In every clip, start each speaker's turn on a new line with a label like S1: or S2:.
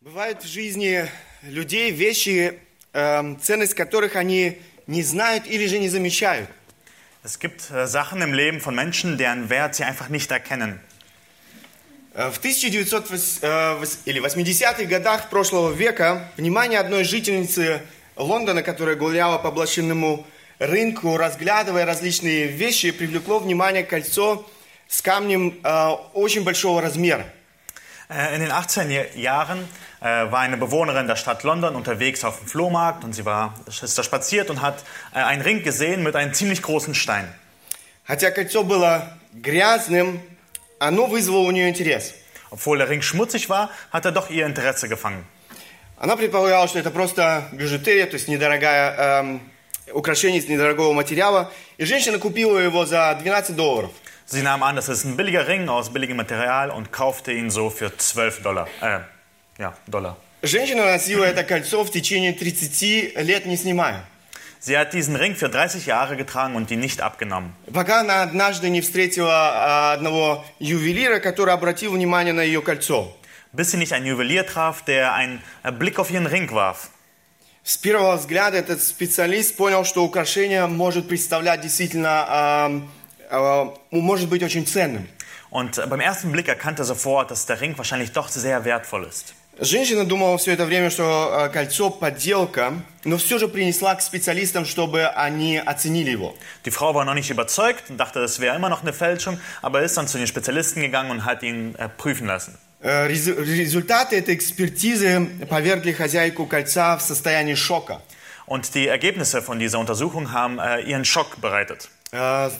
S1: Бывают в жизни людей вещи, эм, ценность которых они не знают или же не замечают.
S2: Es gibt äh, Sachen im Leben von Menschen, deren Wert sie einfach nicht erkennen.
S1: Э, В э, 1980-х годах прошлого века внимание одной жительницы Лондона, которая гуляла по блошиному рынку, разглядывая различные вещи, привлекло внимание кольцо с камнем э, очень большого размера.
S2: Äh, In den 18 Jahr- Jahren äh, war eine Bewohnerin der Stadt London unterwegs auf dem Flohmarkt und sie war, ist da spaziert und hat äh, einen Ring gesehen mit einem ziemlich großen Stein.
S1: Хотя кольцо было грязным, оно вызвало у нее интерес.
S2: Obwohl der Ring schmutzig war, hat er doch ihr Interesse gefangen.
S1: Она предполагала, что это просто бижутерия, то есть недорогая эм, украшение из недорогого материала. И женщина купила его за 12 долларов.
S2: Sie nahm an, das ist ein billiger Ring aus billigem Material und kaufte ihn so für 12 Dollar. Äh, ja, Dollar.
S1: Женщина носила это кольцо в течение 30 лет, не снимая.
S2: Sie hat diesen Ring für 30 Jahre getragen und ihn nicht abgenommen.
S1: Пока она однажды не встретила а, одного ювелира, который обратил внимание на ее кольцо.
S2: Bis sie nicht einen Juwelier traf, der einen äh, Blick auf ihren Ring warf.
S1: С первого взгляда этот специалист понял, что украшение может представлять действительно, ам, а, может быть очень ценным.
S2: Und äh, beim ersten Blick erkannte er sofort, dass der Ring wahrscheinlich doch sehr wertvoll ist.
S1: Женщина думала все это время, что э, кольцо подделка, но все же принесла к специалистам, чтобы они оценили его.
S2: Die Frau war noch nicht überzeugt und dachte, das wäre immer noch eine Fälschung, aber ist dann zu den Spezialisten gegangen und hat ihn äh, prüfen lassen.
S1: Э, резу- Результаты этой экспертизы повергли хозяйку кольца в состояние шока.
S2: Und die Ergebnisse von dieser Untersuchung haben äh, ihren Schock bereitet.
S1: Э,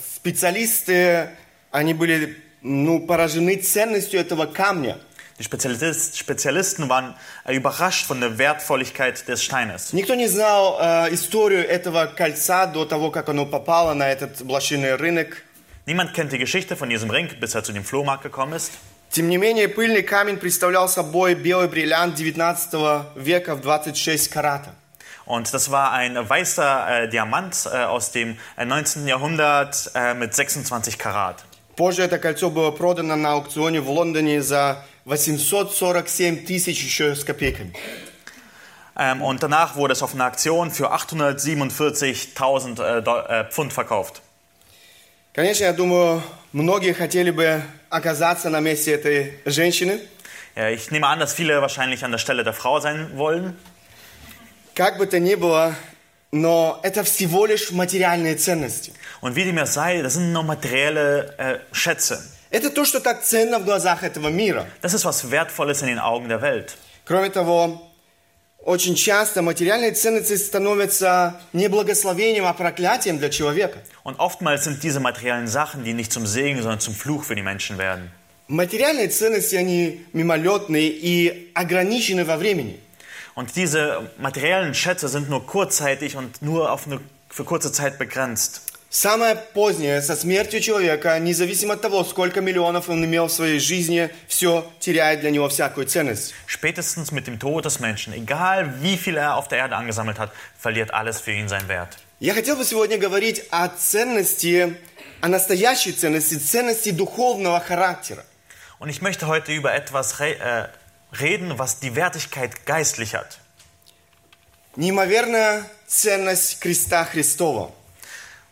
S1: Специалисты, они были ну, поражены ценностью этого камня.
S2: Die Spezialis- Spezialisten waren äh, überrascht von der Wertvolligkeit des Steines.
S1: Никто не знал э, историю этого кольца до того, как оно попало на этот блошиный рынок.
S2: Niemand kennt die Geschichte von diesem Ring, bis er zu dem Flohmarkt gekommen ist.
S1: Тем не менее, пыльный камень представлял собой белый бриллиант 19 века в 26 каратов.
S2: Und das war ein weißer äh, Diamant äh, aus dem äh, 19. Jahrhundert äh, mit 26 Karat.
S1: Позже это кольцо было продано на аукционе в Лондоне за 847 тысяч еще с копейками.
S2: Ähm, und danach wurde es auf einer Aktion für 847.000 äh, Do- äh, Pfund verkauft.
S1: Конечно, я думаю, многие хотели бы оказаться на месте этой женщины.
S2: Ja, ich nehme an, dass viele wahrscheinlich an der Stelle der Frau sein wollen.
S1: Как бы то ни было, но это всего лишь материальные ценности.
S2: Und wie dem auch sei, das sind nur materielle äh, Schätze.
S1: Это то, что так ценно в глазах этого мира.
S2: Das ist was Wertvolles in den Augen der Welt.
S1: Кроме того, очень часто материальные ценности становятся не благословением, а проклятием для человека.
S2: Und oftmals sind diese materiellen Sachen, die nicht zum Segen, sondern zum Fluch für die Menschen werden.
S1: Материальные ценности, они мимолетные и ограничены во времени.
S2: Und diese materiellen Schätze sind nur kurzzeitig und nur auf eine, für kurze Zeit begrenzt.
S1: Самое позднее, со смертью человека, независимо от того, сколько миллионов он имел в своей жизни, все теряет для него всякую ценность.
S2: Spätestens mit dem Tod des Menschen, egal wie viel er auf der Erde angesammelt hat, verliert alles für ihn seinen Wert.
S1: Я хотел бы сегодня говорить о ценности, о настоящей ценности, ценности духовного характера.
S2: Und ich möchte heute über etwas re äh, reden, was die Wertigkeit geistlich hat.
S1: Неимоверная ценность креста Христова.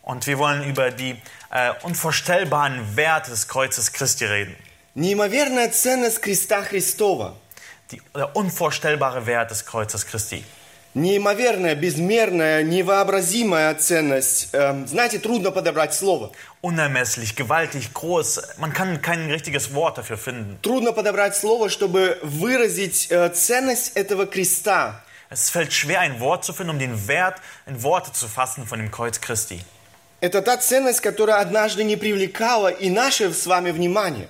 S2: Und wir wollen über die äh, unvorstellbaren Werte des Kreuzes Christi reden.
S1: Неимоверная ценность креста Христова.
S2: Die, der unvorstellbare Wert des Kreuzes Christi.
S1: Неимоверная, безмерная, невообразимая ценность. Эм, знаете, трудно подобрать слово.
S2: Unermesslich, gewaltig, groß. Man kann kein richtiges Wort dafür finden.
S1: Трудно подобрать слово, чтобы выразить э, ценность этого креста.
S2: Es fällt schwer, ein Wort zu finden, um den Wert in Worte zu fassen von dem Kreuz Christi.
S1: Это та ценность, которая однажды не привлекала и наше с вами внимание.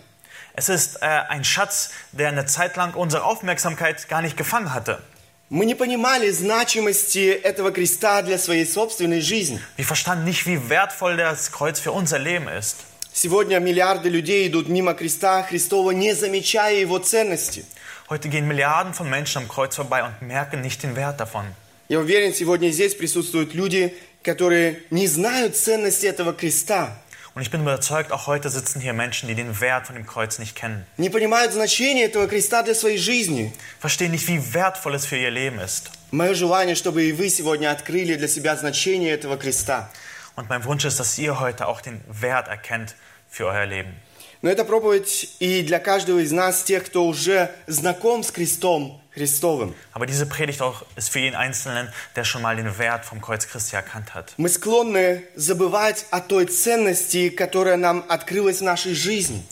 S2: Es ist äh, ein Schatz, der eine Zeit lang unsere Aufmerksamkeit gar nicht gefangen hatte.
S1: Мы не понимали значимости этого креста для своей собственной жизни.
S2: Wir verstanden nicht, wie wertvoll das Kreuz für unser Leben ist.
S1: Сегодня миллиарды людей идут мимо креста Христова, не замечая его ценности.
S2: Heute gehen Milliarden von Menschen am Kreuz vorbei und merken nicht den Wert davon.
S1: Я уверен, сегодня здесь присутствуют люди, которые не знают ценности этого креста.
S2: Und ich bin überzeugt, auch heute sitzen hier Menschen, die den Wert von dem Kreuz nicht kennen.
S1: не понимают значения этого креста для своей жизни.
S2: Verstehen nicht, wie wertvoll es für ihr Leben ist.
S1: Мое желание, чтобы и вы сегодня открыли для себя значение этого креста.
S2: Und mein Wunsch ist, dass ihr heute auch den Wert erkennt für euer Leben.
S1: Но эта проповедь и для каждого из нас, тех, кто уже знаком с крестом Христовым.
S2: Aber diese Predigt auch ist für jeden Einzelnen, der schon mal den Wert vom Kreuz Christi erkannt hat.
S1: Мы склонны забывать о той ценности, которая нам открылась в нашей жизни.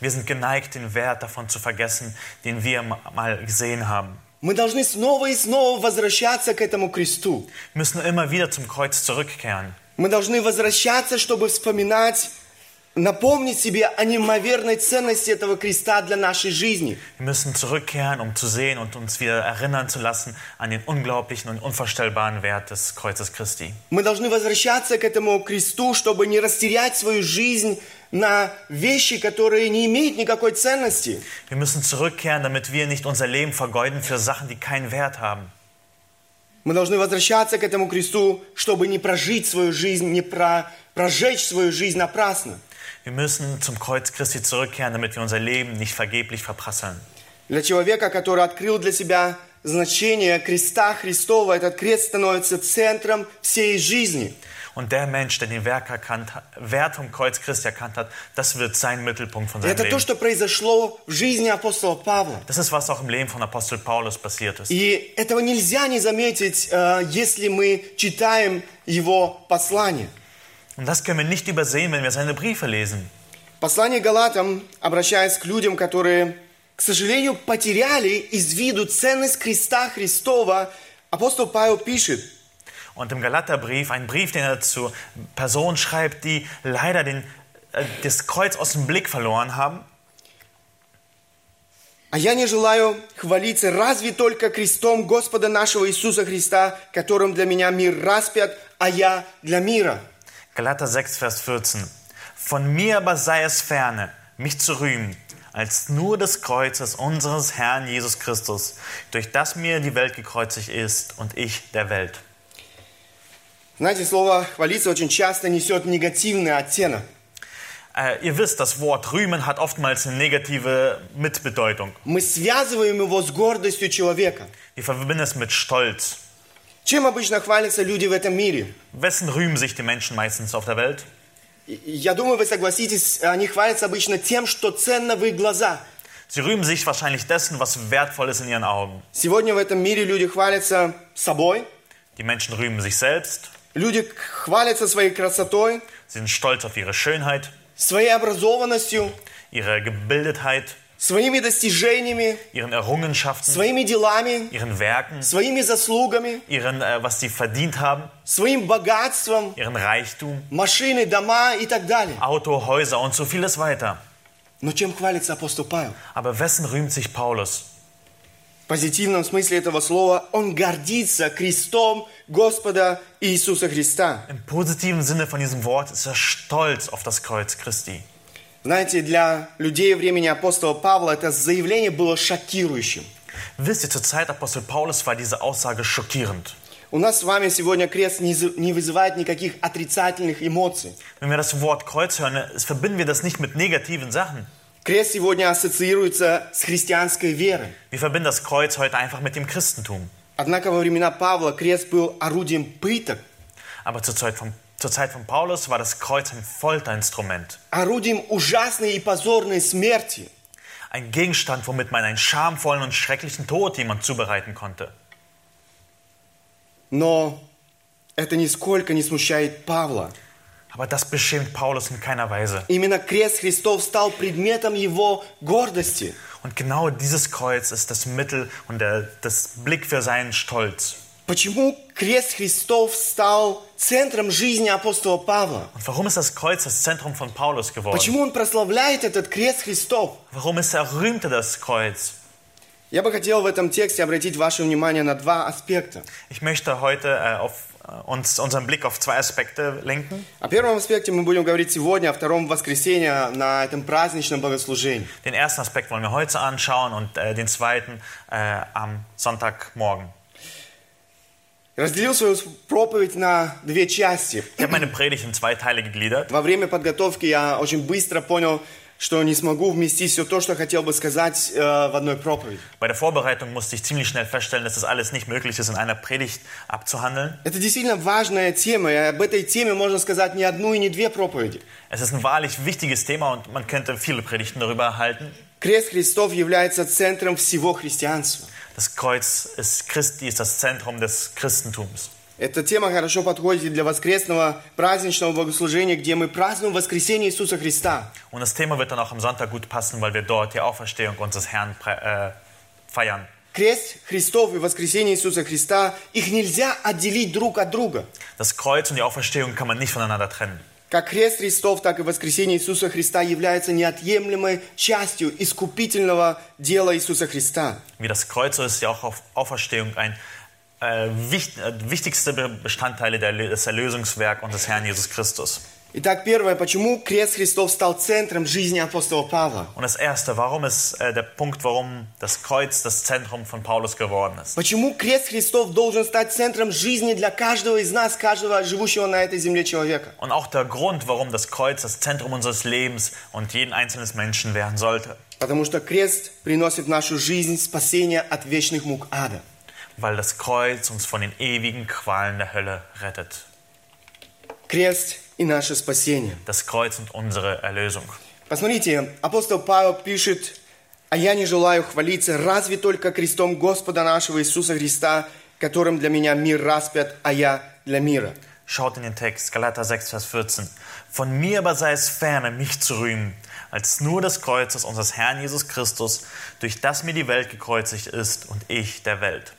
S2: Wir sind geneigt, den Wert davon zu vergessen, den wir ma- mal gesehen haben.
S1: Мы должны снова и снова возвращаться к этому кресту.
S2: Wir müssen immer wieder zum Kreuz zurückkehren.
S1: Мы должны возвращаться, чтобы вспоминать, напомнить себе о неимоверной ценности этого креста для нашей жизни.
S2: Wir müssen zurückkehren, um zu sehen und uns wieder erinnern zu lassen an den unglaublichen und unvorstellbaren Wert des Kreuzes Christi.
S1: Мы должны возвращаться к этому кресту, чтобы не растерять свою жизнь на вещи, которые не имеют никакой ценности.
S2: Wir müssen zurückkehren, damit wir nicht unser Leben vergeuden für Sachen, die keinen Wert haben.
S1: Мы должны возвращаться к этому кресту, чтобы не прожить свою жизнь, не про- прожечь свою жизнь напрасно.
S2: Wir müssen zum Kreuz Christi zurückkehren, damit wir unser Leben nicht vergeblich verprasseln.
S1: Для человека, который открыл для себя значение креста Христова, этот крест становится центром всей жизни.
S2: Und der Mensch, der den Werk erkannt, hat- Wert vom Kreuz Christi erkannt hat, das wird sein Mittelpunkt von seinem
S1: Это то,
S2: Leben.
S1: что произошло в жизни апостола Павла.
S2: Das ist, was auch im Leben von Apostel Paulus passiert ist.
S1: И этого нельзя не заметить, э, если мы читаем его послание.
S2: Und das können wir nicht übersehen, wenn wir seine Briefe lesen.
S1: Послание Галатам, обращаясь к людям, которые, к сожалению, потеряли из виду ценность креста Христова, апостол Павел пишет,
S2: Und im Galaterbrief, ein Brief, den er zu Personen schreibt, die leider den, äh, das Kreuz aus dem Blick verloren haben.
S1: «А я не желаю хвалиться разве только крестом Господа нашего Иисуса Христа, которым для меня мир распят, а я для мира».
S2: Galater 6, Vers 14. Von mir aber sei es ferne, mich zu rühmen, als nur des Kreuzes unseres Herrn Jesus Christus, durch das mir die Welt gekreuzigt ist und ich der Welt.
S1: Знаете, слово «хвалиться» очень часто несет негативный оттенок.
S2: Äh, ihr wisst, das Wort rühmen hat oftmals eine negative Mitbedeutung.
S1: Мы связываем его с гордостью человека.
S2: Wir verbinden es mit Stolz.
S1: Чем обычно хвалятся люди в этом мире?
S2: Wessen rühmen sich die Menschen meistens auf der Welt?
S1: И- и Я думаю, вы согласитесь, они хвалятся обычно тем, что ценно в их глаза.
S2: Sie rühmen sich wahrscheinlich dessen, was wertvoll ist in ihren Augen.
S1: Сегодня в этом мире люди хвалятся собой,
S2: Die Menschen rühmen sich selbst,
S1: люди к- хвалятся своей красотой,
S2: sind stolz auf ihre Schönheit,
S1: своей образованностью,
S2: ihre Gebildetheit,
S1: своими достижениями,
S2: ihren Errungenschaften,
S1: своими делами,
S2: ihren Werken,
S1: своими заслугами,
S2: ihren, äh, was sie verdient haben,
S1: своим богатством,
S2: ihren Reichtum,
S1: машины, дома и так далее.
S2: Auto, Häuser und so vieles weiter.
S1: Но чем хвалится апостол Павел?
S2: Aber wessen rühmt sich Paulus?
S1: В позитивном смысле этого слова он гордится крестом Господа Иисуса Христа.
S2: Im positiven Sinne von diesem Wort ist er stolz auf das Kreuz Christi.
S1: Знаете, для людей времени апостола Павла это заявление было шокирующим.
S2: Wisst ihr, zur Zeit Apostel Paulus war diese Aussage schockierend.
S1: У нас с вами сегодня крест не зы- не вызывает никаких отрицательных эмоций.
S2: Wenn wir das Wort Kreuz hören, ne, verbinden wir das nicht mit negativen Sachen.
S1: Крест сегодня ассоциируется с христианской верой.
S2: Wir verbinden das Kreuz heute einfach mit dem Christentum.
S1: Однако во времена Павла крест был орудием пыток,
S2: Aber zur Zeit von, zur Zeit von Paulus war das Kreuz ein Folterinstrument.
S1: орудием ужасной и позорной смерти.
S2: Ein Gegenstand, womit man einen schamvollen und schrecklichen Tod jemand zubereiten konnte.
S1: Но это нисколько не смущает Павла.
S2: Aber das beschämt Paulus in keiner Weise.
S1: Именно крест Христов стал предметом его гордости.
S2: Und genau dieses Kreuz ist das Mittel und der, das Blick für seinen Stolz.
S1: Почему крест Христов стал центром жизни апостола Павла?
S2: Und warum ist das Kreuz das Zentrum von Paulus geworden?
S1: Почему он прославляет этот крест Христов?
S2: Warum ist er rühmte das Kreuz?
S1: Я бы хотел в этом тексте обратить ваше внимание на два аспекта.
S2: Ich möchte heute äh, auf, äh, uns unseren Blick auf zwei Aspekte lenken.
S1: О первом аспекте мы будем говорить сегодня, о втором воскресенье на этом праздничном богослужении.
S2: Den ersten Aspekt wollen wir heute anschauen und äh, den zweiten äh, am Sonntagmorgen.
S1: разделил свою проповедь на две части.
S2: Ich habe meine Predigt in zwei Teile gegliedert.
S1: Во время подготовки я очень быстро понял, что не смогу вместить все то, что хотел бы сказать э, в одной проповеди.
S2: Bei der Vorbereitung musste ich ziemlich schnell feststellen, dass das alles nicht möglich ist, in einer Predigt abzuhandeln.
S1: Это действительно важная тема, и об этой теме можно сказать не одну и не две проповеди.
S2: Es ist ein wahrlich wichtiges Thema und man könnte viele Predigten darüber halten.
S1: Крест Христов является центром всего христианства.
S2: Das Kreuz ist Christi, ist das Zentrum des Christentums.
S1: Эта тема хорошо подходит и для воскресного праздничного богослужения, где мы празднуем воскресение Иисуса Христа.
S2: Und das Thema wird dann auch am Sonntag gut passen, weil wir dort die Auferstehung unseres Herrn pre- äh, feiern.
S1: Крест Христов и воскресение Иисуса Христа, их нельзя отделить друг от друга.
S2: Das Kreuz und die Auferstehung kann man nicht voneinander trennen.
S1: Как крест Христов, так и воскресение Иисуса Христа являются неотъемлемой частью искупительного дела Иисуса Христа.
S2: Wie das Kreuz so ist ja auch auf Auferstehung ein äh, wicht, äh, wichtigste Be- Bestandteile der, Erlö- des Erlösungswerk und des Herrn Jesus Christus.
S1: Итак, первое, почему крест Христов стал центром жизни апостола Павла?
S2: Und das Erste, warum ist äh, der Punkt, warum das Kreuz das Zentrum von Paulus geworden ist?
S1: Почему крест Христов должен стать центром жизни для каждого из нас, каждого живущего на этой земле человека?
S2: Und auch der Grund, warum das Kreuz das Zentrum unseres Lebens und jeden einzelnen Menschen werden sollte.
S1: Потому что крест приносит в нашу жизнь спасение от вечных мук ада.
S2: Weil das Kreuz uns von den ewigen Qualen der Hölle rettet.
S1: Крест и наше спасение.
S2: Das Kreuz und unsere Erlösung.
S1: Посмотрите, апостол Павел пишет, «А я не желаю хвалиться разве только крестом Господа нашего Иисуса Христа, которым для меня мир распят, а я для мира».
S2: Schaut in den Text, Galater 6, Vers 14. Von mir aber sei es ferne, mich zu rühmen, als nur des Kreuzes unseres Herrn Jesus Christus, durch das mir die Welt gekreuzigt ist und ich der Welt.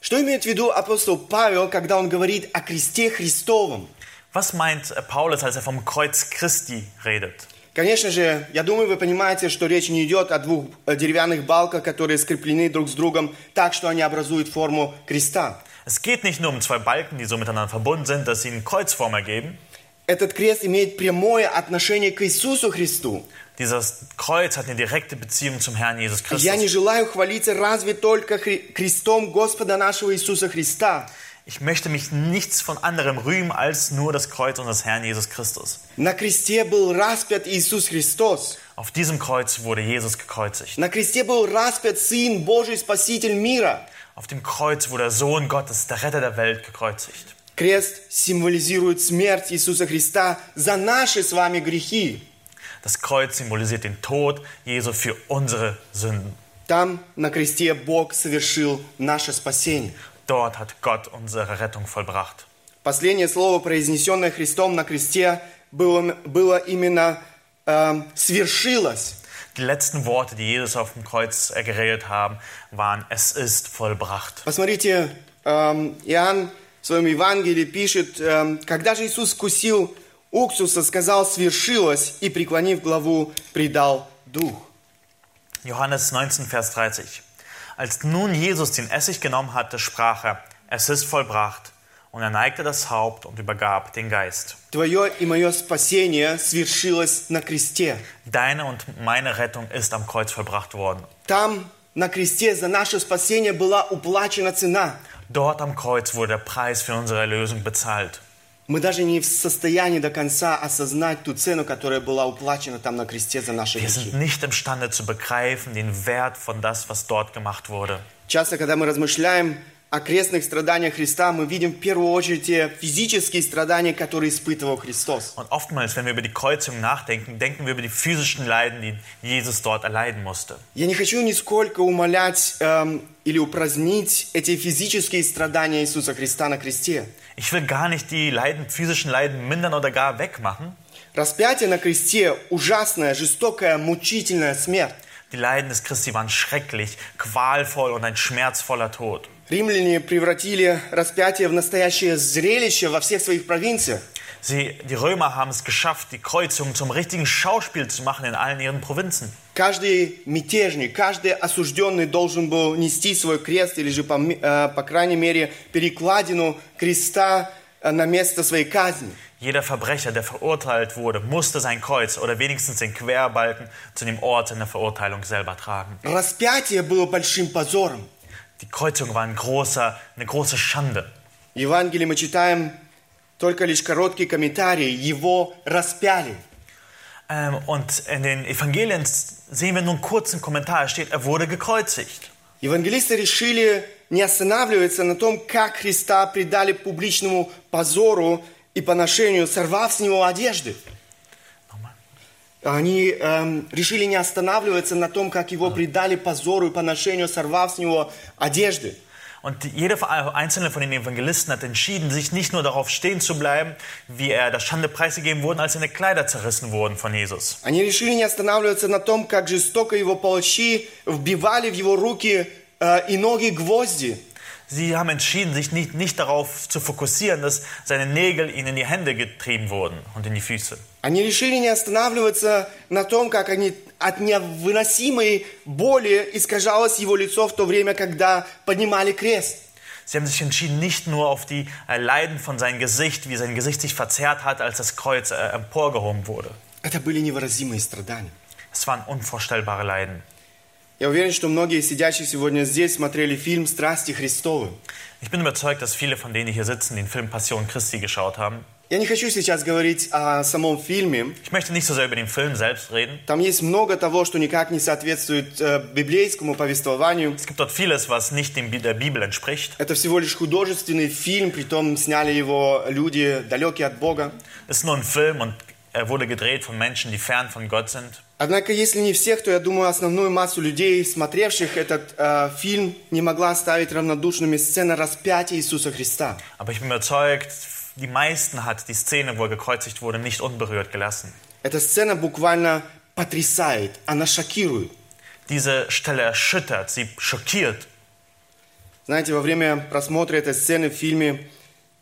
S1: Что имеет в виду апостол Павел, когда он говорит о кресте Христовом?
S2: Was meint äh, Paulus, als er vom Kreuz Christi redet?
S1: Конечно же, я думаю, вы понимаете, что речь не идет о двух э, деревянных балках, которые скреплены друг с другом так, что они образуют форму креста.
S2: Es geht nicht nur um zwei Balken, die so miteinander verbunden sind, dass sie eine Kreuzform ergeben.
S1: Этот крест имеет прямое отношение к Иисусу Христу.
S2: Dieses Kreuz hat eine direkte Beziehung zum Herrn Jesus
S1: Я не
S2: Christus.
S1: желаю хвалиться разве только хри- крестом Господа нашего Иисуса Христа,
S2: Ich möchte mich nichts von anderem rühmen als nur das Kreuz unseres Herrn Jesus Christus.
S1: На кресте был распят Иисус Христос.
S2: Auf diesem Kreuz wurde Jesus gekreuzigt.
S1: На кресте был распят Сын Божий Спаситель мира.
S2: Auf dem Kreuz wurde der Sohn Gottes, der Retter der Welt, gekreuzigt.
S1: Крест символизирует смерть Иисуса Христа за наши с вами грехи.
S2: Das Kreuz symbolisiert den Tod Jesu für unsere Sünden.
S1: Там на кресте Бог совершил наше спасение.
S2: Dort hat Gott unsere Rettung vollbracht.
S1: Последнее слово, произнесенное Христом на кресте, было, было именно э, «свершилось».
S2: Die letzten Worte, die Jesus auf dem Kreuz äh, geredet haben, waren, es ist vollbracht.
S1: Посмотрите, эм, Иоанн в своем Евангелии пишет, эм, когда же Иисус вкусил уксуса, сказал, свершилось, и, преклонив главу, предал дух.
S2: Johannes 19, Vers 30. Als nun Jesus den Essig genommen hatte, sprach er, es ist vollbracht. Und er neigte das Haupt und übergab den Geist.
S1: Твое и мое спасение свершилось на кресте.
S2: Deine und meine Rettung ist am Kreuz vollbracht worden.
S1: Там, на кресте, за наше спасение была уплачена цена.
S2: Dort am Kreuz wurde der Preis für unsere Erlösung bezahlt.
S1: Мы даже не в состоянии до конца осознать ту цену, которая была уплачена там на кресте за наши
S2: Wir sind
S1: грехи.
S2: nicht imstande zu begreifen den Wert von das, was dort gemacht wurde.
S1: Часто, когда мы размышляем о крестных страданиях Христа, мы видим в первую очередь те физические страдания, которые испытывал Христос.
S2: Und oftmals, wenn wir über die Kreuzung nachdenken, denken wir über die physischen Leiden, die Jesus dort erleiden musste.
S1: Я не хочу нисколько умолять эм, или упразднить эти физические страдания Иисуса Христа на кресте.
S2: Ich will gar nicht die Leiden, physischen Leiden mindern oder gar wegmachen.
S1: Распятие на кресте – ужасная, жестокая, мучительная смерть.
S2: Die Leiden des Christi waren schrecklich, qualvoll und ein schmerzvoller Tod.
S1: Римляне превратили распятие в настоящее зрелище во всех своих провинциях.
S2: Sie, die Römer haben es geschafft, die Kreuzung zum richtigen Schauspiel zu machen in allen ihren Provinzen.
S1: Каждый мятежник, каждый осужденный должен был нести свой крест или же, по, м- э, по крайней мере, перекладину креста э, на место своей казни.
S2: Jeder Verbrecher, der verurteilt wurde, musste sein Kreuz oder wenigstens den Querbalken zu dem Ort seiner Verurteilung selber tragen.
S1: Распятие было большим позором.
S2: Die Kreuzung war ein großer, eine große Schande.
S1: В Евангелии мы читаем только лишь короткие комментарии. Его распяли.
S2: Ähm, und in den Evangelien sehen wir nur einen kurzen Kommentar. Es steht, er wurde gekreuzigt.
S1: Евангелисты решили не останавливаться на том, как Христа предали публичному позору и поношению, сорвав с него одежды.
S2: Nochmal.
S1: Они эм, решили не останавливаться на том, как его предали позору и поношению, сорвав с него одежды.
S2: Und die- jeder äh, einzelne von den Evangelisten hat entschieden, sich nicht nur darauf stehen zu bleiben, wie er der Schande preisgegeben wurde, als seine Kleider zerrissen wurden von Jesus.
S1: Они решили не останавливаться на том, как жестоко его палачи вбивали в его руки э, и ноги гвозди.
S2: Sie haben entschieden, sich nicht, nicht darauf zu fokussieren, dass seine Nägel ihnen in die Hände getrieben wurden und in die Füße.
S1: Они решили не останавливаться на том, как они от невыносимой боли искажалось его лицо в то время, когда поднимали крест.
S2: Sie haben sich entschieden, nicht nur auf die äh, Leiden von seinem Gesicht, wie sein Gesicht sich verzerrt hat, als das Kreuz äh, emporgehoben wurde.
S1: Это были невыразимые страдания.
S2: Es waren unvorstellbare Leiden.
S1: Я уверен, что многие сидящие сегодня здесь смотрели фильм «Страсти Христовы».
S2: Ich bin überzeugt, dass viele von denen, die hier sitzen, den Film Passion Christi geschaut haben.
S1: Я не хочу сейчас говорить о самом фильме.
S2: Ich möchte nicht so sehr über den Film selbst reden.
S1: Там есть много того, что никак не соответствует э, библейскому повествованию.
S2: Es gibt dort vieles, was nicht dem, Bi- der Bibel entspricht.
S1: Это всего лишь художественный фильм, притом сняли его люди, далекие от Бога.
S2: Es ist nur ein Film und er wurde gedreht von Menschen, die fern von Gott sind.
S1: Однако, если не всех, то я думаю, основную массу людей, смотревших этот э, фильм, не могла оставить равнодушными сцена распятия Иисуса Христа.
S2: Aber ich bin überzeugt, die meisten hat die Szene, wo er gekreuzigt wurde, nicht unberührt gelassen.
S1: Эта сцена буквально потрясает, она шокирует.
S2: Diese Stelle erschüttert, sie schockiert.
S1: Знаете, во время просмотра этой сцены в фильме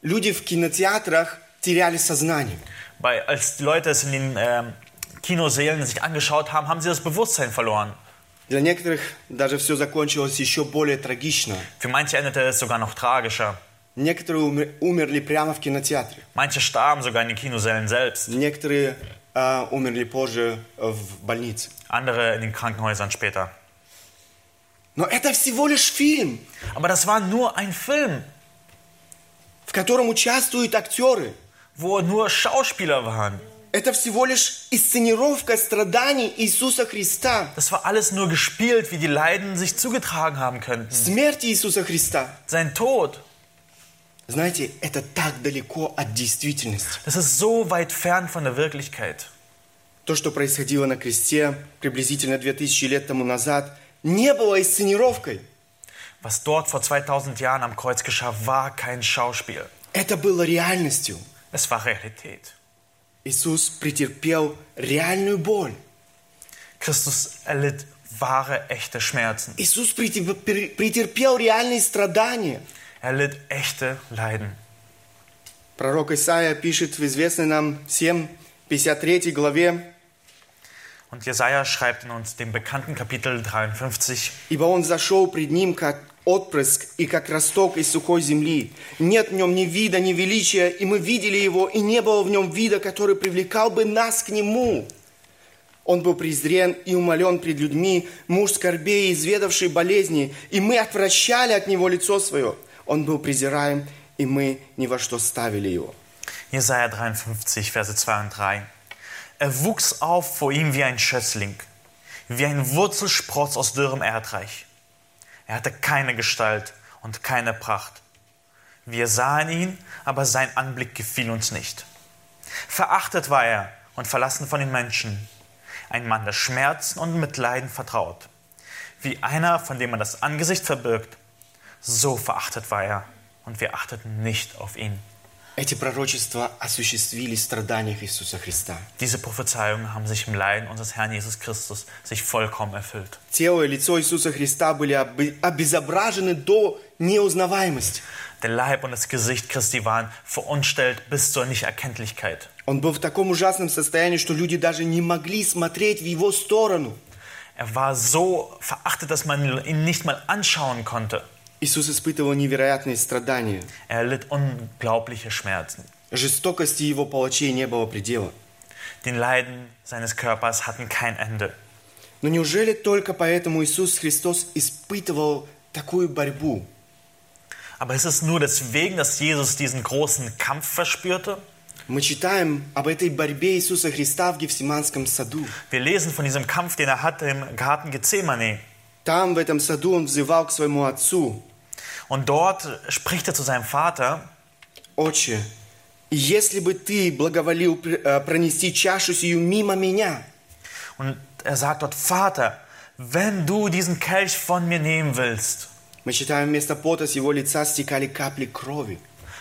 S1: люди в кинотеатрах теряли сознание.
S2: Weil als die Leute es in den ähm, Kinosälen sich angeschaut haben, haben sie das Bewusstsein verloren.
S1: Для некоторых даже все закончилось еще более трагично.
S2: Für manche endete es sogar noch tragischer.
S1: Некоторые умер- умерли прямо в кинотеатре.
S2: Manche starben sogar in den Kinosälen selbst,
S1: Некоторые а, умерли позже э, в больнице.
S2: andere in den Krankenhäusern später.
S1: Но это всего лишь фильм,
S2: Aber das war nur ein Film,
S1: в котором участвуют актеры.
S2: wo nur Schauspieler waren.
S1: Это всего лишь инсценировка страданий Иисуса Христа,
S2: Das war alles nur gespielt, wie die Leiden sich zugetragen haben könnten.
S1: смерти Иисуса Христа.
S2: Sein Tod,
S1: Знаете, это так далеко от действительности.
S2: das ist so weit fern von der Wirklichkeit.
S1: То, что происходило на кресте приблизительно 2000 лет тому назад, не было инсценировкой.
S2: Was dort vor 2000 Jahren am Kreuz geschah, war kein Schauspiel.
S1: Это было реальностью.
S2: Es war Realität.
S1: Иисус претерпел реальную боль.
S2: Christus erlitt wahre, echte Schmerzen.
S1: Иисус претер- пер- претерпел реальные страдания.
S2: Er erlitt echte Leiden.
S1: Пророк Исаия пишет в известной нам всем 53 главе,
S2: Und Jesaja schreibt in uns dem bekannten Kapitel 53,
S1: «Ибо он зашел пред ним, как отпрыск и как росток из сухой земли. Нет в нем ни вида, ни величия, и мы видели его, и не было в нем вида, который привлекал бы нас к нему». Он был презрен и умолен пред людьми, муж скорбей и изведавший болезни, и мы отвращали от него лицо свое. Он был презираем, и мы ни во что ставили его.
S2: Jesaja 53, Verse 2 und 3. Er wuchs auf vor ihm wie ein Schössling, wie ein Wurzelspross aus dürrem Erdreich. Er hatte keine Gestalt und keine Pracht. Wir sahen ihn, aber sein Anblick gefiel uns nicht. Verachtet war er und verlassen von den Menschen. Ein Mann der Schmerzen und Mitleiden vertraut. Wie einer, von dem man das Angesicht verbirgt. So verachtet war er und wir achteten nicht auf ihn.
S1: Эти пророчества осуществились в страданиях Иисуса Христа.
S2: Diese Prophezeiungen haben sich im Leiden unseres Herrn Jesus Christus sich vollkommen erfüllt.
S1: Тело и лицо Иисуса Христа были обы- обезображены до неузнаваемости.
S2: Der Leib und das Gesicht Christi waren verunstellt bis zur Nichterkenntlichkeit.
S1: Он был в таком ужасном состоянии, что люди даже не могли смотреть в его сторону.
S2: Er war so verachtet, dass man ihn nicht mal anschauen konnte.
S1: Иисус испытывал невероятные страдания.
S2: Er litt unglaubliche Schmerzen.
S1: Жестокости его палачей не было предела.
S2: Den Leiden seines Körpers hatten kein Ende.
S1: Но неужели только поэтому Иисус Христос испытывал такую борьбу?
S2: Aber ist es nur deswegen, dass Jesus diesen großen Kampf verspürte?
S1: Мы читаем об этой борьбе Иисуса Христа в Гефсиманском саду.
S2: Wir lesen von diesem Kampf, den er hatte im Garten Gethsemane.
S1: Там, в этом саду, он взывал к своему отцу,
S2: Und dort spricht er zu seinem Vater,
S1: «Отче, если бы ты благоволил пр- э, пронести чашу сию мимо меня,
S2: Und er sagt dort, Vater, wenn du diesen Kelch von mir nehmen willst,
S1: Мы читаем, вместо пота с его лица стекали капли крови.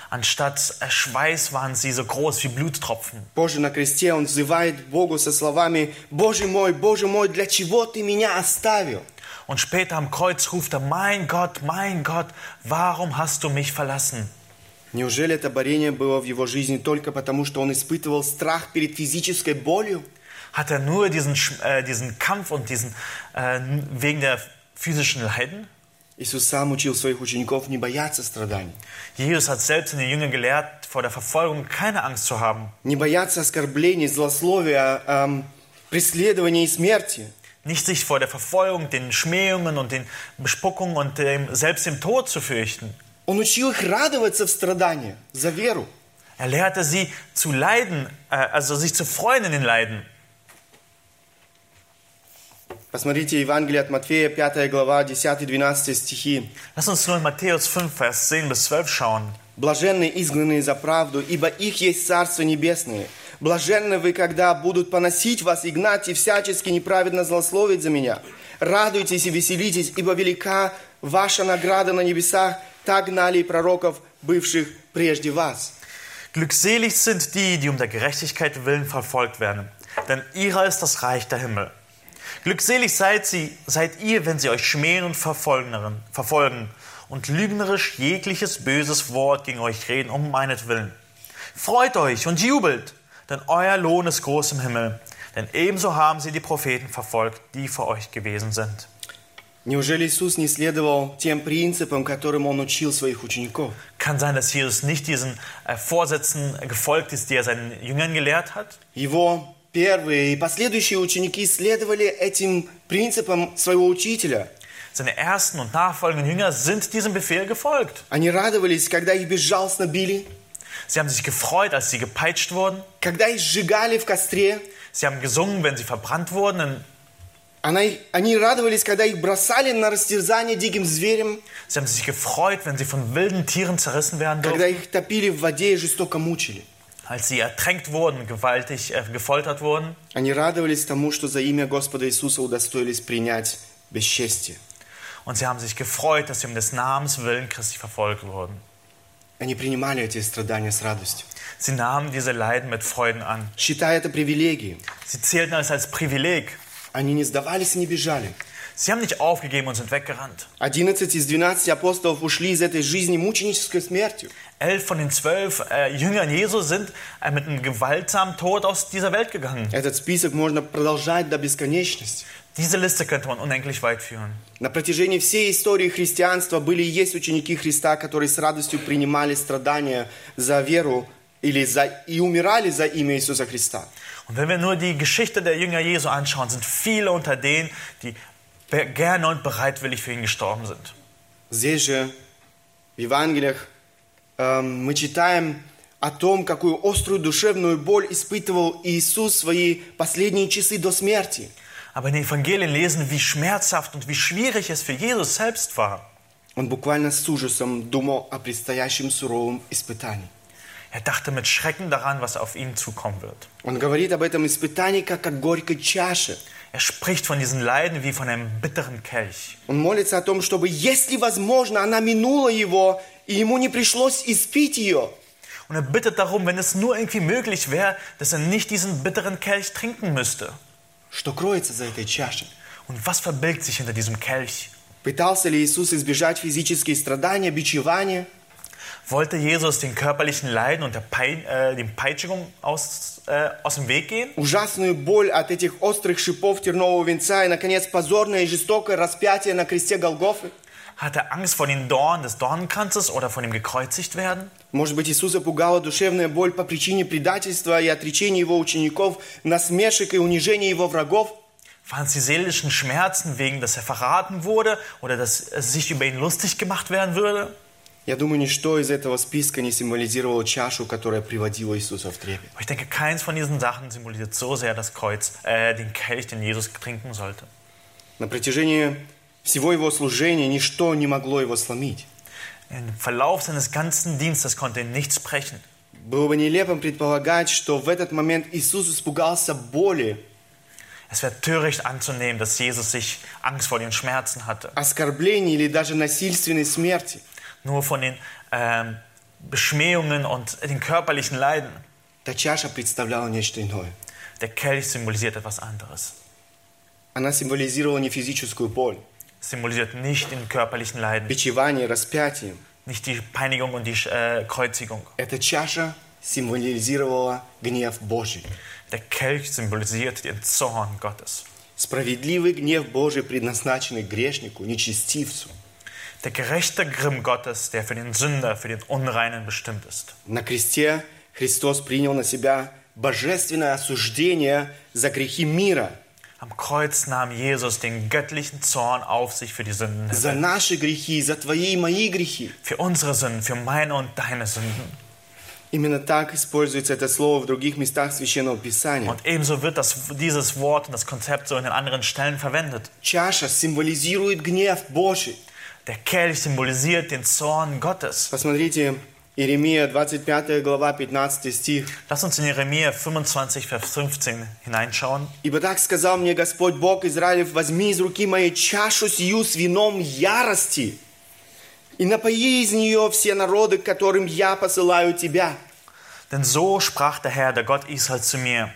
S2: anstatt äh, Schweiß waren sie so groß wie Blutstropfen.
S1: Позже на кресте он взывает Богу со словами «Боже мой, Боже мой, для чего ты меня оставил?»
S2: Und später am Kreuz ruft er, mein Gott, mein Gott, warum hast du mich verlassen?
S1: Неужели это борение было в его жизни только потому, что он испытывал страх перед физической болью?
S2: Hat er nur diesen, Sch- äh, diesen Kampf und diesen äh, wegen der physischen Leiden?
S1: Иисус сам учил своих учеников не бояться страданий,
S2: Jesus hat selbst in den Jüngern gelehrt, vor der Verfolgung keine Angst zu haben,
S1: не бояться оскорблений, злословия, эм, преследования и смерти.
S2: nicht sich vor der Verfolgung, den Schmähungen und den Bespuckungen und dem, selbst dem Tod zu fürchten.
S1: Он учил их радоваться в страданиях за веру.
S2: Er lehrte sie zu leiden, äh, also sich zu freuen in den Leiden.
S1: Посмотрите Евангелие от Матфея, 5 глава, 10-12 стихи.
S2: Lass uns nur in Matthäus 5, Vers 10 bis 12 schauen.
S1: Блаженны изгнанные за правду, ибо их есть Царство Небесное. Блаженны вы, когда будут поносить вас и гнать, и всячески неправедно злословить за меня. Радуйтесь и веселитесь, ибо велика ваша награда на небесах. Так гнали и пророков, бывших прежде вас.
S2: Glückselig sind die, die um der Gerechtigkeit willen verfolgt werden, denn ihrer ist das Reich der Himmel. Glückselig seid, sie, seid ihr, wenn sie euch schmähen und verfolgen, verfolgen und lügnerisch jegliches böses Wort gegen euch reden um meinetwillen. Freut euch und jubelt, denn euer Lohn ist groß im Himmel, denn ebenso haben sie die Propheten verfolgt, die vor euch gewesen sind.
S1: Неужели Иисус не следовал тем принципам, которым Он учил своих учеников?
S2: Kann sein, dass Jesus nicht diesen äh, Vorsätzen gefolgt ist, die er seinen Jüngern gelehrt hat.
S1: Его первые и последующие ученики следовали этим принципам своего учителя.
S2: Seine ersten und nachfolgenden Jünger sind diesem Befehl gefolgt.
S1: Они радовались, когда их безжалостно били,
S2: Sie haben sich gefreut, als sie gepeitscht wurden.
S1: Когда их сжигали в костре,
S2: Sie haben gesungen, wenn sie verbrannt wurden.
S1: она их- они радовались, когда их бросали на растерзание диким зверем,
S2: Sie haben sich gefreut, wenn sie von wilden Tieren zerrissen werden
S1: когда
S2: durften.
S1: их topили в воде и жестоко мучили.
S2: Als sie ertränkt wurden, gewaltig äh, gefoltert wurden.
S1: Они радовались тому, что за имя Господа Иисуса удостоились принять бесчестие.
S2: Und sie haben sich gefreut, dass sie um des Namens willen Christi verfolgt wurden.
S1: Они принимали эти страдания с радостью,
S2: Sie nahmen diese Leiden mit Freuden an.
S1: считая это привилегией.
S2: Sie zählten es als Privileg.
S1: Они не сдавались и не бежали.
S2: Sie haben nicht aufgegeben und sind weggerannt.
S1: 11 из 12 апостолов ушли из этой жизни мученической смертью.
S2: Elf von den zwölf äh, Jüngern Jesu sind äh, mit einem gewaltsamen Tod aus dieser Welt gegangen.
S1: Этот список можно продолжать до бесконечности.
S2: Diese Liste könnte man unendlich weit führen.
S1: На протяжении всей истории христианства были и есть ученики Христа, которые с радостью принимали страдания за веру или за, и умирали за имя Иисуса Христа.
S2: Und wenn wir nur die Geschichte der Jünger Jesu anschauen, sind viele unter denen, die be- gerne und bereitwillig für ihn gestorben sind.
S1: Здесь же, в Евангелиях, эм, мы читаем о том, какую острую душевную боль испытывал Иисус в свои последние часы до смерти.
S2: Aber in den Evangelien lesen, wie schmerzhaft und wie schwierig es für Jesus selbst war.
S1: Он буквально с ужасом думал о предстоящем суровом испытании.
S2: Er dachte mit Schrecken daran, was auf ihn zukommen wird.
S1: Он говорит об этом испытании как о горькой чаше.
S2: Er spricht von diesen Leiden wie von einem bitteren Kelch.
S1: Он молится о том, чтобы, если возможно, она минула его, и ему не пришлось испить ее.
S2: Und er bittet darum, wenn es nur irgendwie möglich wäre, dass er nicht diesen bitteren Kelch trinken müsste.
S1: Что кроется за этой чашей?
S2: Und was verbirgt sich hinter diesem Kelch?
S1: Пытался ли Иисус избежать физические страдания, бичевания?
S2: Wollte Jesus den körperlichen Leiden und der Pein, äh, den Peitschungen aus, äh, aus dem Weg gehen?
S1: Ужасную боль от этих острых шипов тернового венца и, наконец, позорное и жестокое распятие на кресте Голгофы?
S2: Hat er Angst vor den Dornen des Dornenkranzes oder von dem gekreuzigt werden?
S1: Может быть, Иисуса пугала душевная боль по причине предательства и отречения его учеников, насмешек и унижения его врагов?
S2: Waren es die seelischen Schmerzen wegen, dass er verraten wurde oder dass es sich über ihn lustig gemacht werden würde?
S1: Я думаю, ничто из этого списка не символизировало чашу, которая приводила Иисуsa в трепет.
S2: Aber ich denke, keins von diesen Sachen symbolisiert so sehr das Kreuz, äh, den Kelch, den Jesus trinken sollte.
S1: На протяжении всего его служения ничто не могло его сломить.
S2: Im Verlauf seines ganzen Dienstes konnte ihn nichts brechen.
S1: Было бы нелепым предполагать, что в этот момент Иисус испугался боли,
S2: Es wäre töricht anzunehmen, dass Jesus sich Angst vor den Schmerzen hatte.
S1: оскорблений или даже насильственной смерти.
S2: Nur von den ähm, Beschmähungen und den körperlichen Leiden.
S1: Та чаша представляла нечто иное.
S2: Der Kelch symbolisiert etwas anderes.
S1: Она символизировала не физическую боль, а
S2: Symbolisiert nicht den körperlichen Leiden,
S1: бичевание, распятие.
S2: nicht die Peinigung und die äh, Kreuzigung.
S1: Эта чаша символизировала гнев Божий.
S2: Der Kelch symbolisiert den Zorn Gottes.
S1: Справедливый гнев Божий, предназначенный грешнику, нечестивцу.
S2: Der gerechte Grimm Gottes, der für den Sünder, für den Unreinen bestimmt ist.
S1: На кресте Христос принял на себя божественное осуждение за грехи мира,
S2: Am Kreuz nahm Jesus den göttlichen Zorn auf sich für die Sünden. der
S1: за
S2: Welt.
S1: наши грехи, за твои и мои грехи.
S2: Für unsere Sünden, für meine und deine Sünden.
S1: Именно так используется это слово в других местах Священного Писания.
S2: Und ebenso wird das, dieses Wort und das Konzept so in den anderen Stellen verwendet.
S1: Чаша символизирует гнев Божий.
S2: Der Kelch symbolisiert den Zorn Gottes.
S1: Посмотрите, Иеремия 25 глава 15 стих.
S2: Lass uns in Jeremia 25, Vers 15 hineinschauen.
S1: «Ибо так сказал мне Господь Бог Израилев, возьми из руки моей чашу сию с вином ярости, и напои из нее все народы, к которым я посылаю тебя».
S2: Denn so sprach der Herr, der Gott Israel, zu mir: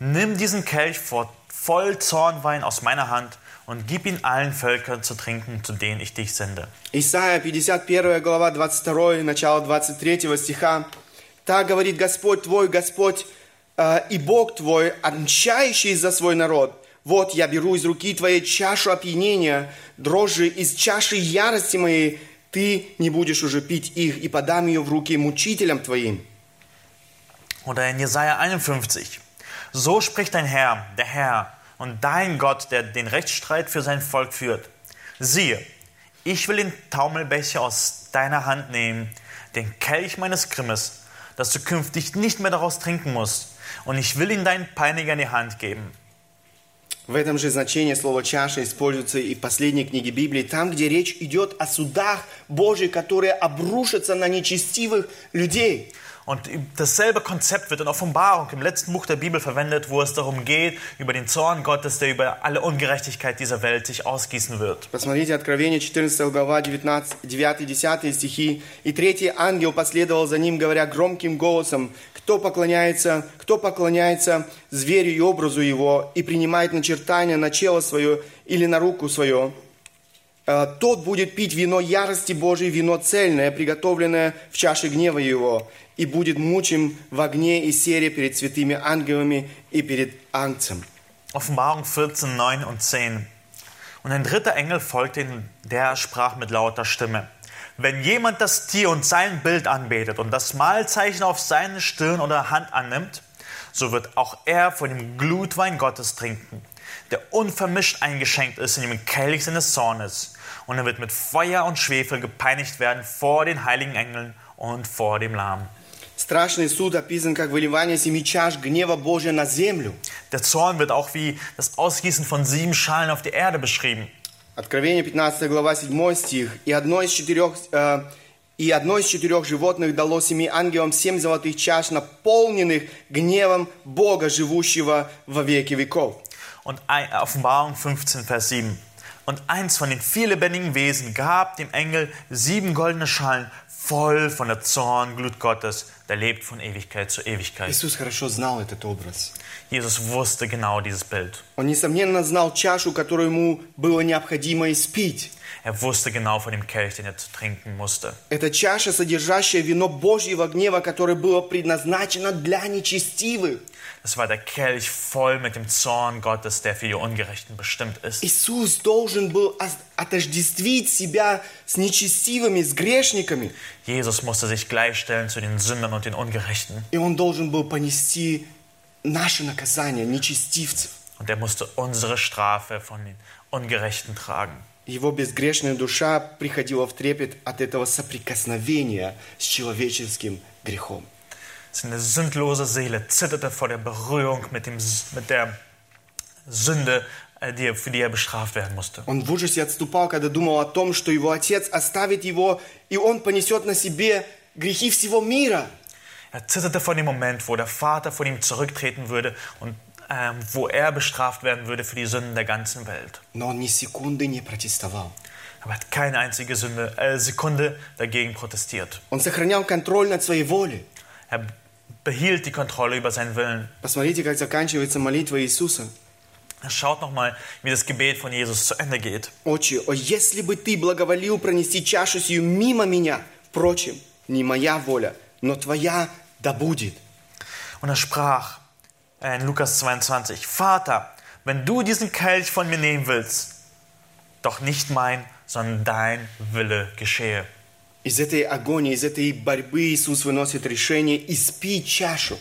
S2: Nimm diesen Kelch vor, voll Zornwein aus meiner Hand und gib ihn allen Völkern zu trinken, zu denen ich dich sende.
S1: Исайя 51 глава 22, начало 23 стиха. «Так говорит Господь твой, Господь э, и Бог твой, отмщающий за свой народ. Вот я беру из руки твоей чашу опьянения, дрожжи из чаши ярости моей, ты не будешь уже пить их, и подам ее в руки мучителям твоим».
S2: Oder in Jesaja 51. So spricht dein Herr, der Herr und dein Gott, der den Rechtsstreit für sein Volk führt. Siehe, ich will den Taumelbecher aus deiner Hand nehmen, den Kelch meines Grimmes, dass du künftig nicht mehr daraus trinken musst, und ich will ihn deinen Peiniger in die Hand geben.
S1: В этом же значении слово «чаша» используется и в последней книге Библии, там, где речь идет о судах Божьих, которые обрушатся на нечестивых людей –
S2: Und dasselbe Konzept wird in Offenbarung im letzten Buch der Bibel verwendet, wo es darum geht, über den Zorn Gottes, der über alle Ungerechtigkeit dieser Welt sich ausgießen wird.
S1: Посмотрите Откровение 14 глава 19, 9-10 стихи. «И третий ангел последовал за ним, говоря громким голосом, кто поклоняется, кто поклоняется зверю и образу его и принимает начертание на чело свое или на руку свое, э, тот будет пить вино ярости Божьей, вино цельное, приготовленное в чаше гнева его, и будет мучим в огне и сере перед святыми ангелами и перед ангцем».
S2: Offenbarung 14, 9 und 10. Und ein dritter Engel folgte ihm, der sprach mit lauter Stimme. Wenn jemand das Tier und sein Bild anbetet und das Mahlzeichen auf seine Stirn oder Hand annimmt, so wird auch er von dem Glutwein Gottes trinken, der unvermischt eingeschenkt ist in dem Kelch seines Zornes. Und er wird mit Feuer und Schwefel gepeinigt werden vor den heiligen Engeln und vor dem Lamm.
S1: Страшный суд описан как выливание семи чаш гнева Божия на землю.
S2: Der Zorn wird auch wie das Ausgießen von sieben Schalen auf die Erde beschrieben.
S1: Откровение 15 глава 7 стих. «И одно из четырех, э, и одно из четырех животных дало семи ангелам семь золотых чаш, наполненных гневом Бога, живущего во веки веков».
S2: Und ein, Offenbarung 15, Vers 7. Und eins von den vier lebendigen Wesen gab dem Engel sieben goldene Schalen voll von der Zornglut Gottes, der lebt von Ewigkeit zu Ewigkeit.
S1: Иисус хорошо знал этот образ.
S2: Jesus wusste genau dieses Bild.
S1: Он, несомненно, знал чашу, которую ему было необходимо испить.
S2: Er wusste genau von dem Kelch, den er zu trinken musste.
S1: Это чаша, содержащая вино Божьего гнева, которое было предназначено для нечестивых.
S2: Das war der Kelch voll mit dem Zorn Gottes, der für die Ungerechten bestimmt ist.
S1: Иисус должен был ос- отождествить себя с нечестивыми, с грешниками.
S2: Jesus musste sich gleichstellen zu den Sündern und den Ungerechten.
S1: И он должен был понести наше наказание нечестивцев.
S2: Und er musste unsere Strafe von den Ungerechten tragen.
S1: Его безгрешная душа приходила в трепет от этого соприкосновения с человеческим грехом.
S2: Seine sündlose Seele zitterte vor der Berührung mit, dem, mit der Sünde, äh, die, er- für die er bestraft werden musste.
S1: Он в ужасе отступал, когда думал о том, что его отец оставит его, и он понесет на себе грехи всего мира.
S2: Er zitterte vor dem Moment, wo der Vater von ihm zurücktreten würde und ähm, wo er bestraft werden würde für die Sünden der ganzen Welt.
S1: Но он ни секунды не протестовал.
S2: Aber er hat keine einzige Sünde, äh, Sekunde dagegen protestiert.
S1: Он сохранял контроль над своей волей.
S2: Er behielt die Kontrolle über seinen Willen.
S1: Посмотрите, как заканчивается молитва Иисуса.
S2: Schaut nochmal, wie das Gebet von Jesus zu Ende geht.
S1: «Отче, о, если бы ты благоволил пронести чашу сию мимо меня, впрочем, не моя воля, но твоя да будет».
S2: Und er sprach äh, in Lukas 22, Vater, wenn du diesen Kelch von mir nehmen willst, doch nicht mein, sondern dein Wille geschehe.
S1: Из этой агонии, из этой борьбы Иисус выносит решение «испи чашу».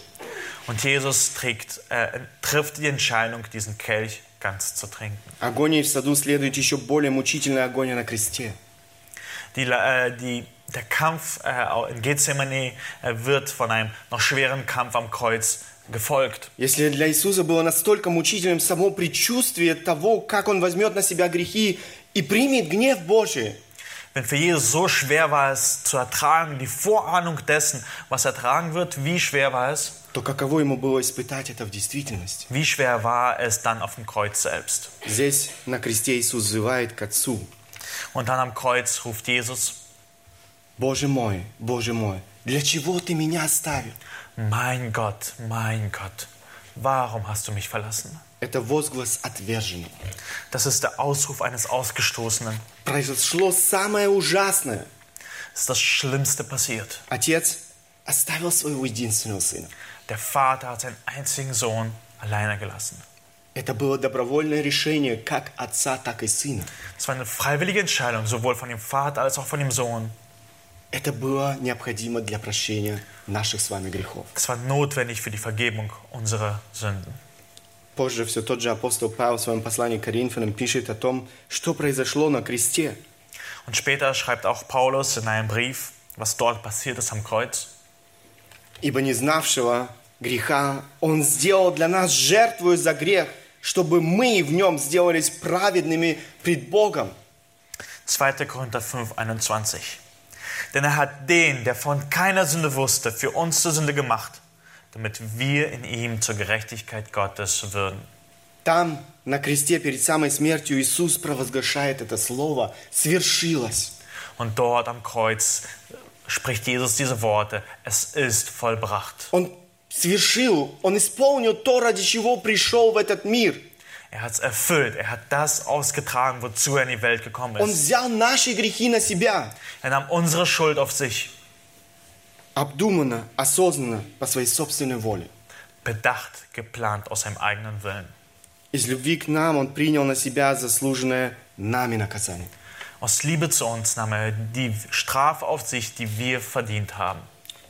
S2: Und Jesus trägt, äh, trifft die Entscheidung, diesen Kelch ganz zu trinken.
S1: Агонии в саду следует еще более мучительная агония на кресте.
S2: Die, La- äh, die, der Kampf äh, in Gethsemane äh, wird von einem noch schweren Kampf am Kreuz gefolgt.
S1: Если для Иисуса было настолько мучительным само предчувствие того, как Он возьмет на себя грехи и примет гнев Божий,
S2: Wenn für Jesus so schwer war es zu ertragen, die Vorahnung dessen, was ertragen wird, wie schwer war es?
S1: то каково Ему было испытать это в действительности?
S2: Wie schwer war es dann auf dem Kreuz selbst?
S1: Здесь на кресте Иисус взывает к Отцу.
S2: Und dann am Kreuz ruft Jesus,
S1: «Боже мой, Боже мой, для чего Ты меня оставил?»
S2: mein Gott, mein Gott, warum hast du mich verlassen?
S1: Это возглас отверженного.
S2: Das ist der Ausruf eines Ausgestoßenen.
S1: Произошло самое ужасное.
S2: Es ist das Schlimmste passiert.
S1: Отец оставил своего единственного сына.
S2: Der Vater hat seinen einzigen Sohn alleine gelassen.
S1: Это было добровольное решение как отца, так и сына.
S2: Es war eine freiwillige Entscheidung, sowohl von dem Vater als auch von dem Sohn.
S1: Это было необходимо для прощения наших с вами грехов.
S2: Es war notwendig für die Vergebung unserer Sünden.
S1: Позже все тот же апостол Павел в своем послании к Коринфянам пишет о том, что произошло на кресте.
S2: Und später schreibt auch Paulus in einem Brief, was dort passiert ist am Kreuz.
S1: «Ибо не знавшего греха Он сделал для нас жертвую за грех, чтобы мы в нем сделались праведными пред Богом».
S2: 2. Korinther 5, 21. Denn er hat den, der von keiner Sünde wusste, für uns zur Sünde gemacht, damit wir in ihm zur Gerechtigkeit Gottes würden.
S1: Там, на кресте перед самой смертью, Иисус провозглашает это слово «свершилось».
S2: Und dort am Kreuz spricht Jesus diese Worte, es ist vollbracht.
S1: Он свершил, Он исполнил то, ради чего пришел в этот мир.
S2: Er hat es erfüllt, er hat das ausgetragen, wozu er in die Welt gekommen
S1: Он
S2: ist.
S1: взял наши грехи на себя.
S2: Er nahm unsere Schuld auf sich,
S1: Обдуманно, осознанно, по своей собственной воле.
S2: bedacht, geplant aus seinem eigenen Willen.
S1: Из любви к нам Он принял на себя заслуженное нами наказание.
S2: Aus Liebe zu uns nahm er die Strafe auf sich, die wir verdient haben.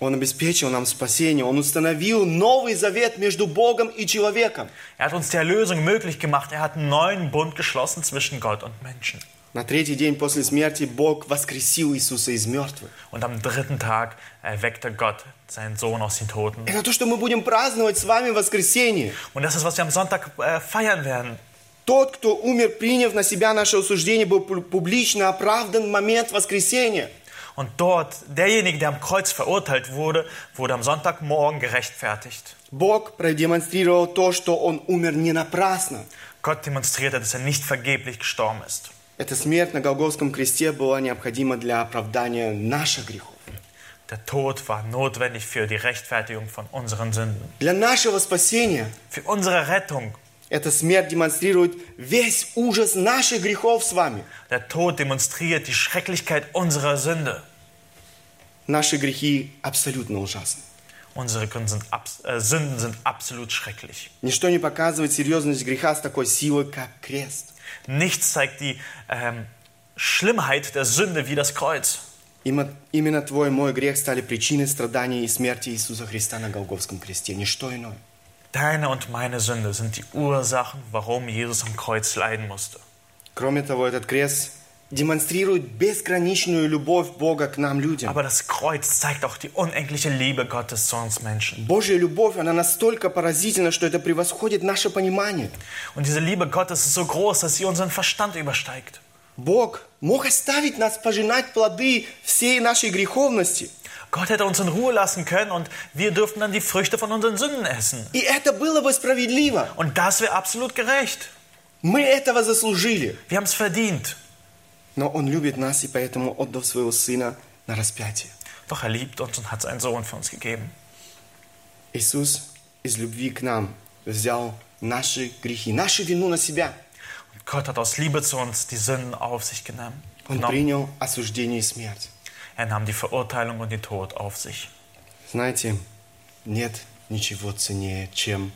S1: Он обеспечил нам спасение. Он установил новый завет между Богом и человеком.
S2: Er hat uns die Erlösung möglich gemacht. Er hat einen neuen Bund geschlossen zwischen Gott und Menschen.
S1: На третий день после смерти Бог воскресил Иисуса из мертвых.
S2: Und am dritten Tag erweckte Gott seinen Sohn aus den Toten.
S1: Это то, что мы будем праздновать с вами в воскресенье.
S2: Und das ist, was wir am Sonntag äh, feiern werden.
S1: Тот, кто умер, приняв на себя наше осуждение, был пу- публично оправдан в момент воскресения.
S2: Und dort, derjenige, der am Kreuz verurteilt wurde, wurde am Sonntagmorgen gerechtfertigt.
S1: Бог продемонстрировал то, что Он умер не напрасно.
S2: Gott demonstrierte, dass er nicht vergeblich gestorben ist.
S1: Эта смерть на Голгофском кресте была необходима для оправдания наших грехов,
S2: Der Tod war notwendig für die Rechtfertigung von unseren Sünden.
S1: для нашего спасения.
S2: Für unsere Rettung.
S1: Эта смерть демонстрирует весь ужас наших грехов с вами.
S2: Der Tod demonstriert die Schrecklichkeit unserer Sünde.
S1: Наши грехи абсолютно ужасны.
S2: Unsere Sünden sind, abs äh, Sünden sind absolut schrecklich.
S1: Ничто не показывает серьезность греха с такой силой, как крест.
S2: Nichts zeigt die ähm, Schlimmheit der Sünde wie das Kreuz.
S1: Има- Именно твой и мой грех стали причиной страданий и смерти Иисуса Христа на Голгофском кресте. Ничто иное.
S2: Deine und meine Sünde sind die Ursachen, warum Jesus am Kreuz leiden musste.
S1: Кроме того, этот крест демонстрирует безграничную любовь Бога к нам, людям.
S2: Aber das Kreuz zeigt auch die unendliche Liebe Gottes zu uns Menschen.
S1: Божья любовь, она настолько поразительна, что это превосходит наше понимание.
S2: Und diese Liebe Gottes ist so groß, dass sie unseren Verstand übersteigt.
S1: Бог мог оставить нас пожинать плоды всей нашей греховности.
S2: Gott hätte uns in Ruhe lassen können und wir dürften dann die Früchte von unseren Sünden essen.
S1: И это было бы справедливо.
S2: Und das wäre absolut gerecht.
S1: Мы этого заслужили.
S2: Wir haben es verdient.
S1: Но Он любит нас, и поэтому отдал своего Сына на распятие.
S2: Doch er liebt uns und hat seinen Sohn für uns gegeben.
S1: Иисус из любви к нам взял наши грехи, нашу вину на себя.
S2: Und Gott hat aus Liebe zu uns die Sünden auf sich genommen.
S1: Он
S2: genommen.
S1: принял осуждение и смерть.
S2: Er nahm die Verurteilung und den Tod auf sich.
S1: Знаете, нет ничего ценнее, чем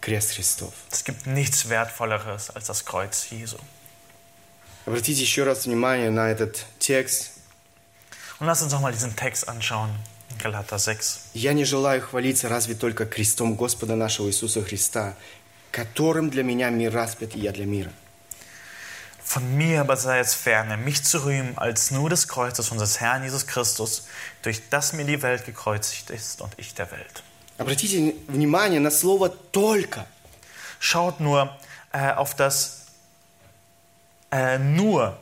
S1: крест Христов.
S2: Es gibt nichts Wertvolleres als das Kreuz Jesu.
S1: Обратите еще раз внимание на этот текст.
S2: Und lass uns nochmal diesen Text anschauen. in Galater 6.
S1: «Я не желаю хвалиться разве только крестом Господа нашего Иисуса Христа, которым для меня мир распят, и я для мира».
S2: Von mir aber sei es ferne, mich zu rühmen als nur des Kreuzes unseres Herrn Jesus Christus, durch das mir die Welt gekreuzigt ist und ich der Welt.
S1: Обратите внимание на слово «только».
S2: Schaut nur äh, auf das äh, nur,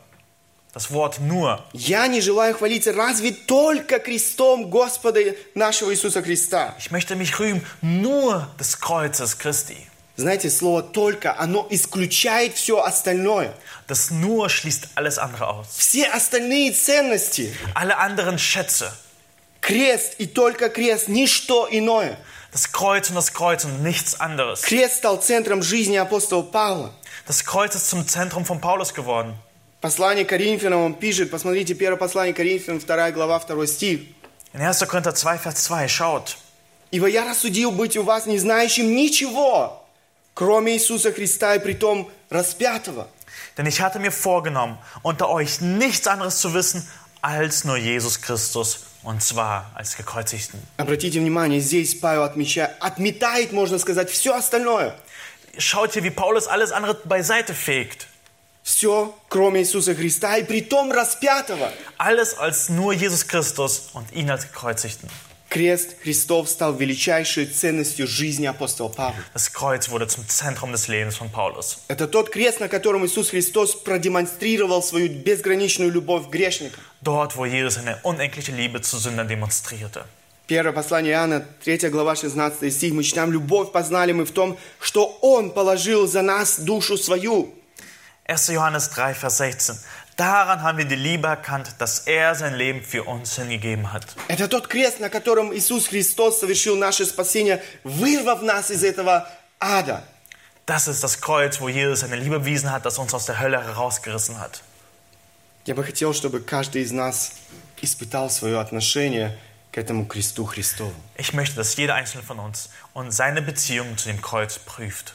S2: das Wort nur.
S1: «Я не желаю хвалиться разве только крестом Господа нашего Иисуса Христа».
S2: Ich möchte mich rühmen nur des Kreuzes Christi.
S1: Знаете, слово «только», оно исключает все остальное.
S2: Das nur schließt alles andere aus.
S1: Все остальные ценности.
S2: Alle anderen Schätze.
S1: Крест и только крест, ничто иное.
S2: Das Kreuz und das Kreuz und nichts anderes.
S1: Крест стал центром жизни апостола Павла.
S2: Das Kreuz ist zum Zentrum von Paulus geworden.
S1: Послание Коринфянам он пишет, посмотрите, первое послание Коринфянам, 2 глава, 2 стих.
S2: In 1. Korinther 2, Vers 2, schaut.
S1: «Ибо я рассудил быть у вас не знающим ничего, кроме Иисуса Христа и притом распятого».
S2: Denn ich hatte mir vorgenommen, unter euch nichts anderes zu wissen, als nur Jesus Christus, und zwar als gekreuzigten.
S1: Обратите внимание, здесь Павел отмечает, отметает, можно сказать, все остальное.
S2: Schaut hier, wie Paulus alles andere beiseite fegt.
S1: Все, кроме Иисуса Христа и притом распятого.
S2: Alles als nur Jesus Christus und ihn als gekreuzigten.
S1: Крест Христов стал величайшей ценностью жизни апостола Павла.
S2: Das Kreuz wurde zum Zentrum des Lebens von Paulus.
S1: Это тот крест, на котором Иисус Христос продемонстрировал свою безграничную любовь к грешникам.
S2: Dort, wo Jesus seine unendliche Liebe zu Sündern demonstrierte.
S1: Первое послание Иоанна, 3 глава, 16 стих, мы читаем, «Любовь познали мы в том, что Он положил за нас душу свою».
S2: 1. Johannes 3, Vers 16. Daran haben wir die Liebe erkannt, dass er sein Leben für uns hingegeben hat.
S1: Это тот крест, на котором Иисус Христос совершил наше спасение, вырвав нас из этого ада.
S2: Das ist das Kreuz, wo Jesus seine Liebe bewiesen hat, das uns aus der Hölle herausgerissen hat.
S1: Я бы хотел, чтобы каждый из нас испытал свое отношение к этому кресту Христову.
S2: Ich möchte, dass jeder einzelne von uns und seine Beziehung zu dem Kreuz prüft.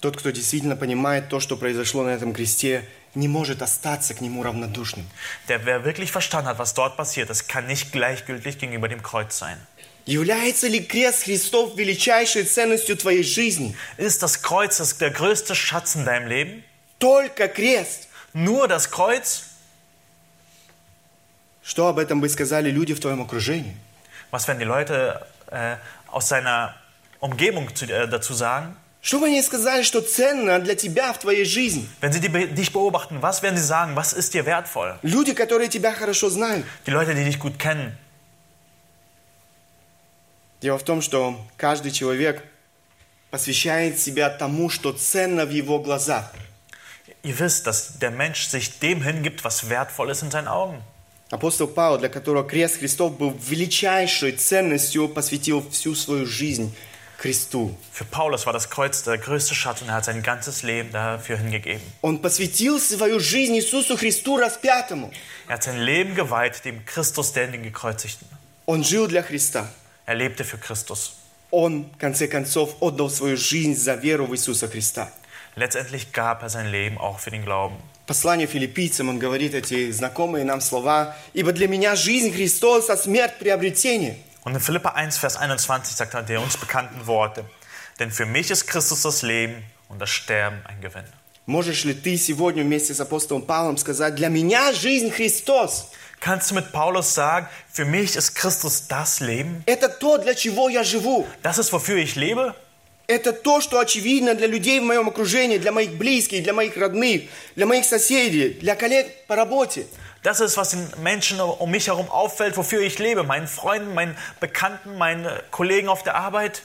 S1: Тот, кто действительно понимает то, что произошло на этом кресте, не может остаться к нему равнодушным.
S2: Der, wer wirklich verstanden hat, was dort passiert ist, kann nicht gleichgültig gegenüber dem Kreuz sein.
S1: Является ли крест Христов величайшей ценностью твоей жизни?
S2: Ist das Kreuz das, der größte Schatz in deinem Leben?
S1: Только крест.
S2: Nur das Kreuz?
S1: Что об этом бы сказали люди в твоем окружении?
S2: Was werden die Leute äh, aus seiner Umgebung zu, äh, dazu sagen?
S1: Что бы они сказали, что ценно для тебя в твоей жизни?
S2: Wenn sie die, be- dich beobachten, was werden sie sagen? Was ist dir wertvoll?
S1: Люди, которые тебя хорошо знают.
S2: Die Leute, die dich gut kennen.
S1: Дело в том, что каждый человек посвящает себя тому, что ценно в его глазах.
S2: Ihr wisst, dass der Mensch sich dem hingibt, was wertvoll ist in seinen Augen.
S1: Апостол Павел, для которого крест Христов был величайшей ценностью, посвятил всю свою жизнь Христу.
S2: Für Paulus war das Kreuz der größte Schatz und er hat sein ganzes Leben dafür hingegeben.
S1: Он посвятил свою жизнь Иисусу Христу распятому.
S2: Er hat sein Leben geweiht dem Christus, der den Gekreuzigten.
S1: Он жил для Христа.
S2: Er lebte für Christus.
S1: Он, в конце концов, отдал свою жизнь за веру в Иисуса Христа.
S2: Letztendlich gab er sein Leben auch für den Glauben.
S1: Послание филиппийцам, он говорит эти знакомые нам слова. «Ибо для меня жизнь Христос, а смерть приобретение».
S2: Und in Philippa 1, Vers 21 sagt er die uns bekannten Worte: Denn für mich ist Christus das Leben und das Sterben ein Gewinn.
S1: Можешь ли ты сегодня вместе с апостолом Павлом сказать, для меня жизнь Христос?
S2: Kannst du mit Paulus sagen, für mich ist Christus das Leben?
S1: Это то, для чего я живу.
S2: Das ist, wofür ich lebe?
S1: Это то, что очевидно для людей в моем окружении, для моих близких, для моих родных, для моих соседей, для коллег по работе.
S2: Das ist, was den Menschen um mich herum auffällt, wofür ich lebe. Meinen Freunden, meinen Bekannten, meinen äh, Kollegen auf der Arbeit.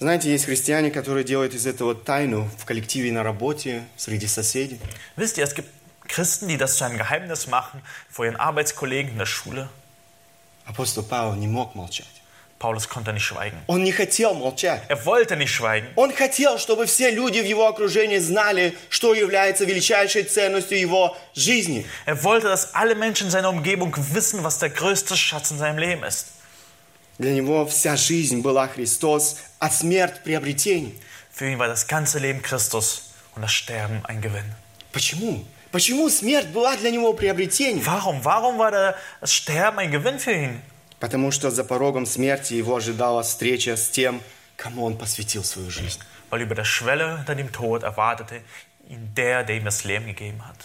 S1: Знаете, есть христиане, которые делают из этого тайну в коллективе, на работе, среди соседей.
S2: Wisst ihr, es gibt Christen, die das zu einem Geheimnis machen vor ihren Arbeitskollegen in der Schule.
S1: Апостол Павел не мог молчать.
S2: Paulus konnte nicht schweigen.
S1: Он не хотел молчать.
S2: Er wollte nicht schweigen.
S1: Он хотел, чтобы все люди в его окружении знали, что является величайшей ценностью его жизни.
S2: Er wollte, dass alle Menschen in seiner Umgebung wissen, was der größte Schatz in seinem Leben ist.
S1: Для него вся жизнь была Христос, а смерть – приобретение.
S2: Für ihn war das ganze Leben Christus und das Sterben ein Gewinn.
S1: Почему? Почему смерть была для него приобретением?
S2: Warum? Warum war der- das Sterben ein Gewinn für ihn?
S1: Потому что за порогом смерти его ожидала встреча с тем, кому он посвятил свою жизнь.
S2: Weil über der Schwelle hinter dem Tod erwartete ihn der, der ihm das Leben gegeben hat.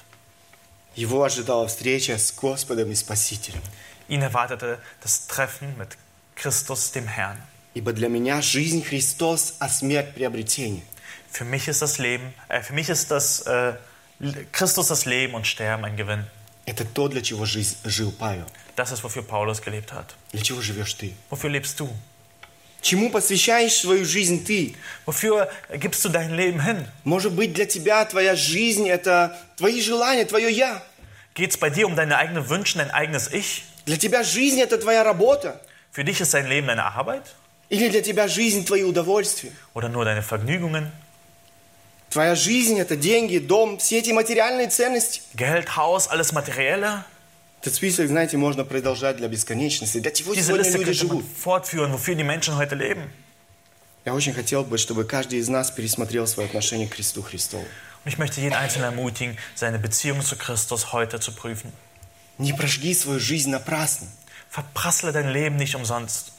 S1: Его ожидала встреча с Господом и Спасителем.
S2: Ihn erwartete das Treffen mit Christus, dem Herrn.
S1: Ибо для меня жизнь Христос, а смерть приобретение.
S2: Für mich ist das Leben, äh, für mich ist das äh, Christus das Leben und Sterben ein Gewinn.
S1: Это то, для чего жизнь- жил Павел.
S2: Das ist, wofür Paulus gelebt hat.
S1: Для чего живешь ты?
S2: Wofür lebst du?
S1: Чему посвящаешь свою жизнь ты?
S2: Wofür gibst du dein Leben hin?
S1: Может быть, для тебя твоя жизнь – это твои желания, твое «я».
S2: Geht es bei dir um deine eigenen Wünsche, dein eigenes Ich?
S1: Для тебя жизнь – это твоя работа.
S2: Für dich ist dein Leben deine Arbeit
S1: Или для тебя жизнь – твои удовольствия.
S2: oder nur deine Vergnügungen?
S1: Твоя жизнь – это деньги, дом, все эти материальные ценности.
S2: Geld, Haus, alles Materielle?
S1: Этот список, знаете, можно продолжать для бесконечности. Для чего
S2: Diese
S1: сегодня
S2: Liste
S1: люди
S2: könnte
S1: живут?
S2: man fortführen, wofür die Menschen heute leben.
S1: Я очень хотел бы, чтобы каждый из нас пересмотрел свое отношение к Христу Христову.
S2: Und ich möchte jeden Einzelnen ermutigen, seine Beziehung zu Christus heute zu prüfen.
S1: Не прожги свою жизнь напрасно,
S2: Verprassle dein Leben nicht umsonst.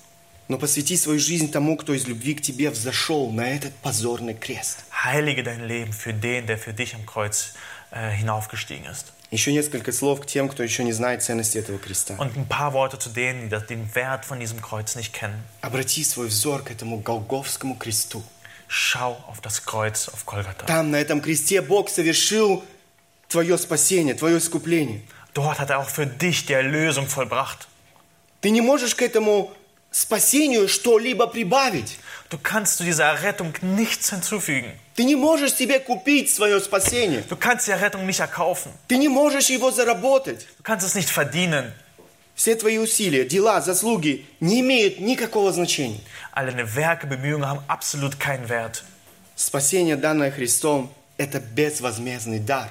S1: но посвяти свою жизнь тому, кто из любви к тебе взошел на этот позорный крест.
S2: Heilige dein Leben für den, der für dich am Kreuz äh, hinaufgestiegen ist.
S1: Еще несколько слов к тем, кто еще не знает ценности этого креста.
S2: Und ein paar Worte zu denen, die das, den Wert von diesem Kreuz nicht kennen.
S1: Обрати свой взор к этому Голговскому кресту.
S2: Schau auf das Kreuz auf Golgatha.
S1: Там, на этом кресте, Бог совершил твое спасение, твое искупление.
S2: Dort hat er auch für dich die Erlösung vollbracht.
S1: Ты не можешь к этому спасению что-либо прибавить.
S2: Du kannst zu dieser Errettung nichts hinzufügen.
S1: Ты не можешь себе купить свое спасение.
S2: Du kannst die Errettung nicht erkaufen.
S1: Ты не можешь его заработать.
S2: Du kannst es nicht verdienen.
S1: Все твои усилия, дела, заслуги не имеют никакого значения.
S2: Alle deine Werke, Bemühungen haben absolut keinen Wert.
S1: Спасение, данное Христом, это безвозмездный дар.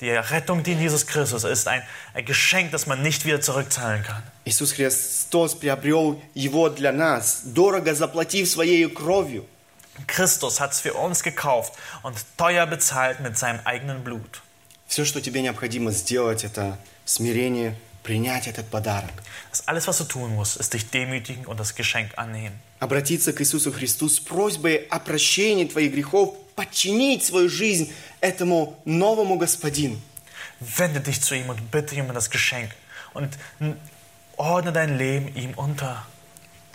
S2: Die Errettung, die in Jesus Christus ist, ein, ein Geschenk, das man nicht wieder zurückzahlen kann.
S1: Иисус Христос приобрел его для нас, дорого заплатив своей кровью.
S2: Christus hat es für uns gekauft und teuer bezahlt mit seinem eigenen Blut.
S1: Все, что тебе необходимо сделать, это смирение, принять этот подарок.
S2: Das alles, was du tun musst, ist dich demütigen und das Geschenk annehmen.
S1: Обратиться к Иисусу Христу с просьбой о прощении твоих грехов, подчинить свою жизнь этому новому Господину.
S2: Wende dich zu ihm und bitte ihm um das Geschenk und n- ordne dein Leben ihm unter.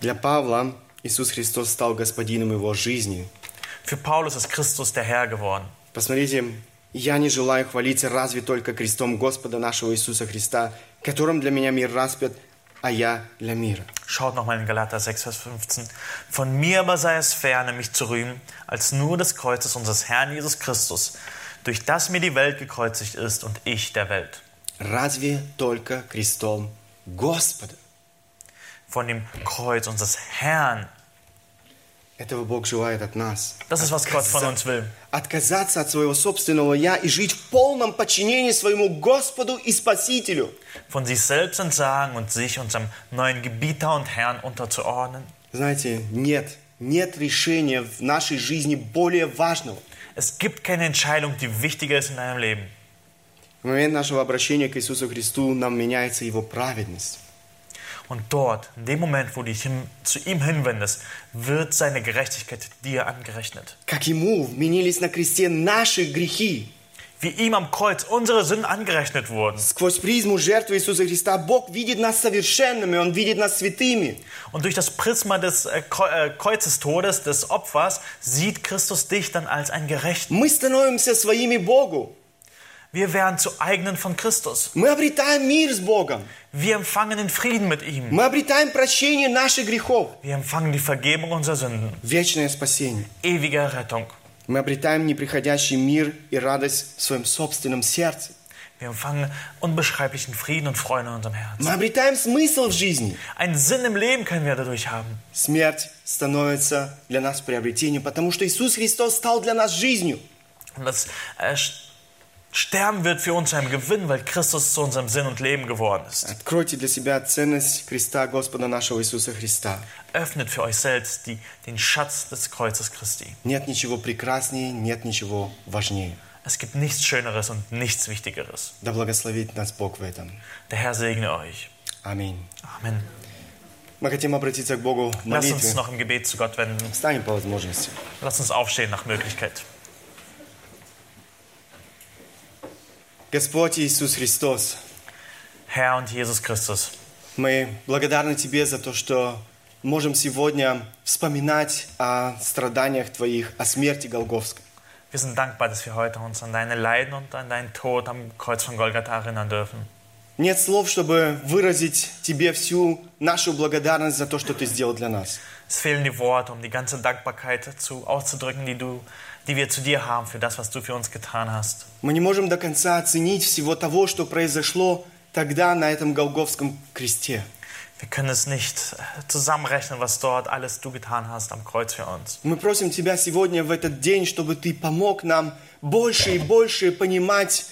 S1: Для Павла Иисус Христос стал Господином его жизни.
S2: Für Paulus ist Christus der Herr geworden.
S1: Посмотрите, «Я не желаю хвалиться разве только крестом Господа нашего Иисуса Христа, которым для меня мир распят, а я для мира».
S2: Schaut nochmal in Galater 6, Vers 15. Von mir aber sei es ferne, mich zu rühmen, als nur des Kreuzes unseres Herrn Jesus Christus, durch das mir die Welt gekreuzigt ist und ich der Welt.
S1: Разве только крестом Господа?
S2: Von dem Kreuz unseres Herrn.
S1: Этого Бог желает от нас.
S2: Das ist, was Gott von uns will.
S1: Отказаться от своего собственного «я» и жить в полном подчинении своему Господу и Спасителю.
S2: Von sich selbst entsagen und sich unserem neuen Gebieter und Herrn unterzuordnen.
S1: Знаете, нет, нет решения в нашей жизни более важного.
S2: Es gibt keine Entscheidung, die wichtiger ist in deinem Leben.
S1: В момент нашего обращения к Иисусу Христу нам меняется Его праведность.
S2: Und dort, in dem Moment, wo du dich hin, zu ihm hinwendest, wird seine Gerechtigkeit dir angerechnet.
S1: Как Ему вменились на кресте наши грехи.
S2: wie ihm am Kreuz unsere Sünden angerechnet wurden.
S1: Сквозь призму жертвы Иисуса Христа Бог видит нас совершенными, Он видит нас святыми.
S2: Und durch das Prisma des äh, Kreu- äh, Kreuzestodes, des Opfers, sieht Christus dich dann als einen Gerechten.
S1: Мы становимся своими Богу.
S2: Wir werden zu eigenen von Christus.
S1: Мы обретаем мир с Богом.
S2: Wir empfangen den Frieden mit ihm.
S1: Мы обретаем прощение наших грехов.
S2: Wir empfangen die Vergebung unserer Sünden.
S1: Вечное спасение.
S2: Ewige Rettung.
S1: Мы обретаем неприходящий мир и радость в своем собственном сердце.
S2: Wir empfangen unbeschreiblichen Frieden und Freude in unserem Herzen.
S1: Мы обретаем смысл в жизни.
S2: Einen Sinn im Leben können wir dadurch haben.
S1: Смерть становится для нас приобретением, потому что Иисус Христос стал для нас жизнью.
S2: Und das äh, Sterben wird für uns zu einem Gewinn, weil Christus zu unserem Sinn und Leben geworden ist.
S1: Откройте для себя ценность Христа, Господа нашего Иисуса Христа.
S2: Öffnet für euch selbst die, den Schatz des Kreuzes Christi.
S1: Нет ничего прекраснее, нет nичего важнее.
S2: Es gibt nichts Schöneres und nichts Wichtigeres.
S1: Да благословит нас Бог в этом.
S2: Der Herr segne euch.
S1: Аминь.
S2: Amen.
S1: Мы хотим обратиться к Богу в
S2: Lasst uns
S1: молитве.
S2: noch im Gebet zu Gott wenden.
S1: Встанем по возможности.
S2: Lasst uns aufstehen nach Möglichkeit.
S1: Господь Иисус Христос,
S2: Herr und Jesus Christus,
S1: мы благодарны Тебе за то, что можем сегодня вспоминать о страданиях Твоих, о смерти Голговской.
S2: wir sind dankbar, dass wir heute uns an deine Leiden und an deinen Tod am Kreuz von Golgatha erinnern dürfen.
S1: Нет слов, чтобы выразить Тебе всю нашу благодарность за то, что Ты сделал для нас.
S2: Es fehlen die Worte, um die ganze Dankbarkeit zu, auszudrücken, die, du, die wir zu dir haben für das, was du für uns getan hast.
S1: Мы не можем до конца оценить всего того, что произошло тогда на этом Голговском кресте.
S2: Wir können es nicht äh, zusammenrechnen, was dort alles du getan hast am Kreuz für uns.
S1: Мы просим Тебя сегодня в этот день, чтобы Ты помог нам больше и больше понимать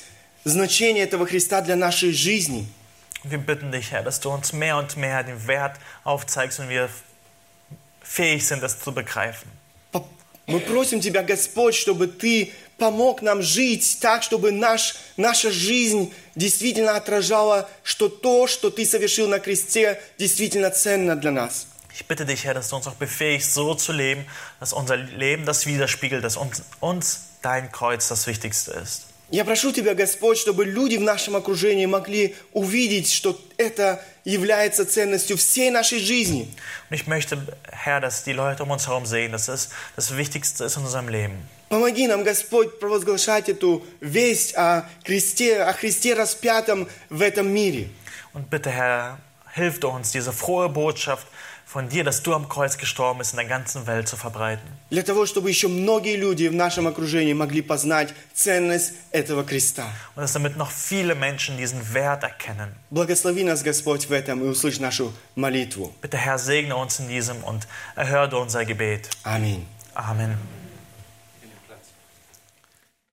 S1: значение этого Христа для нашей жизни.
S2: Und wir bitten dich, Herr, dass du uns mehr und mehr den Wert aufzeigst und wir fähig sind, das zu begreifen.
S1: По- Мы просим Тебя, Господь, чтобы Ты помог нам жить так, чтобы наш, наша жизнь действительно отражала, что то, что Ты совершил на кресте, действительно ценно для нас.
S2: Ich bitte dich, Herr, dass du uns auch befähigst, so zu leben, dass unser Leben das widerspiegelt, dass uns, uns dein Kreuz das Wichtigste ist.
S1: Я прошу Тебя, Господь, чтобы люди в нашем окружении могли увидеть, что это является ценностью всей нашей жизни.
S2: Und ich möchte, Herr, dass die Leute um uns herum sehen, dass es das Wichtigste ist in unserem Leben.
S1: Помоги нам, Господь, провозглашать эту весть о кресте, о Христе распятом в этом мире.
S2: Und bitte, Herr, hilf du uns, diese frohe Botschaft von dir, dass du am Kreuz gestorben bist, in der ganzen Welt zu verbreiten.
S1: Для того, чтобы еще многие люди в нашем окружении могли познать ценность этого креста.
S2: Und dass damit noch viele Menschen diesen Wert erkennen.
S1: Благослови нас, Господь, в этом и услышь нашу молитву.
S2: Bitte, Herr, segne uns in diesem und erhöre du unser Gebet.
S1: Аминь.
S2: Amen.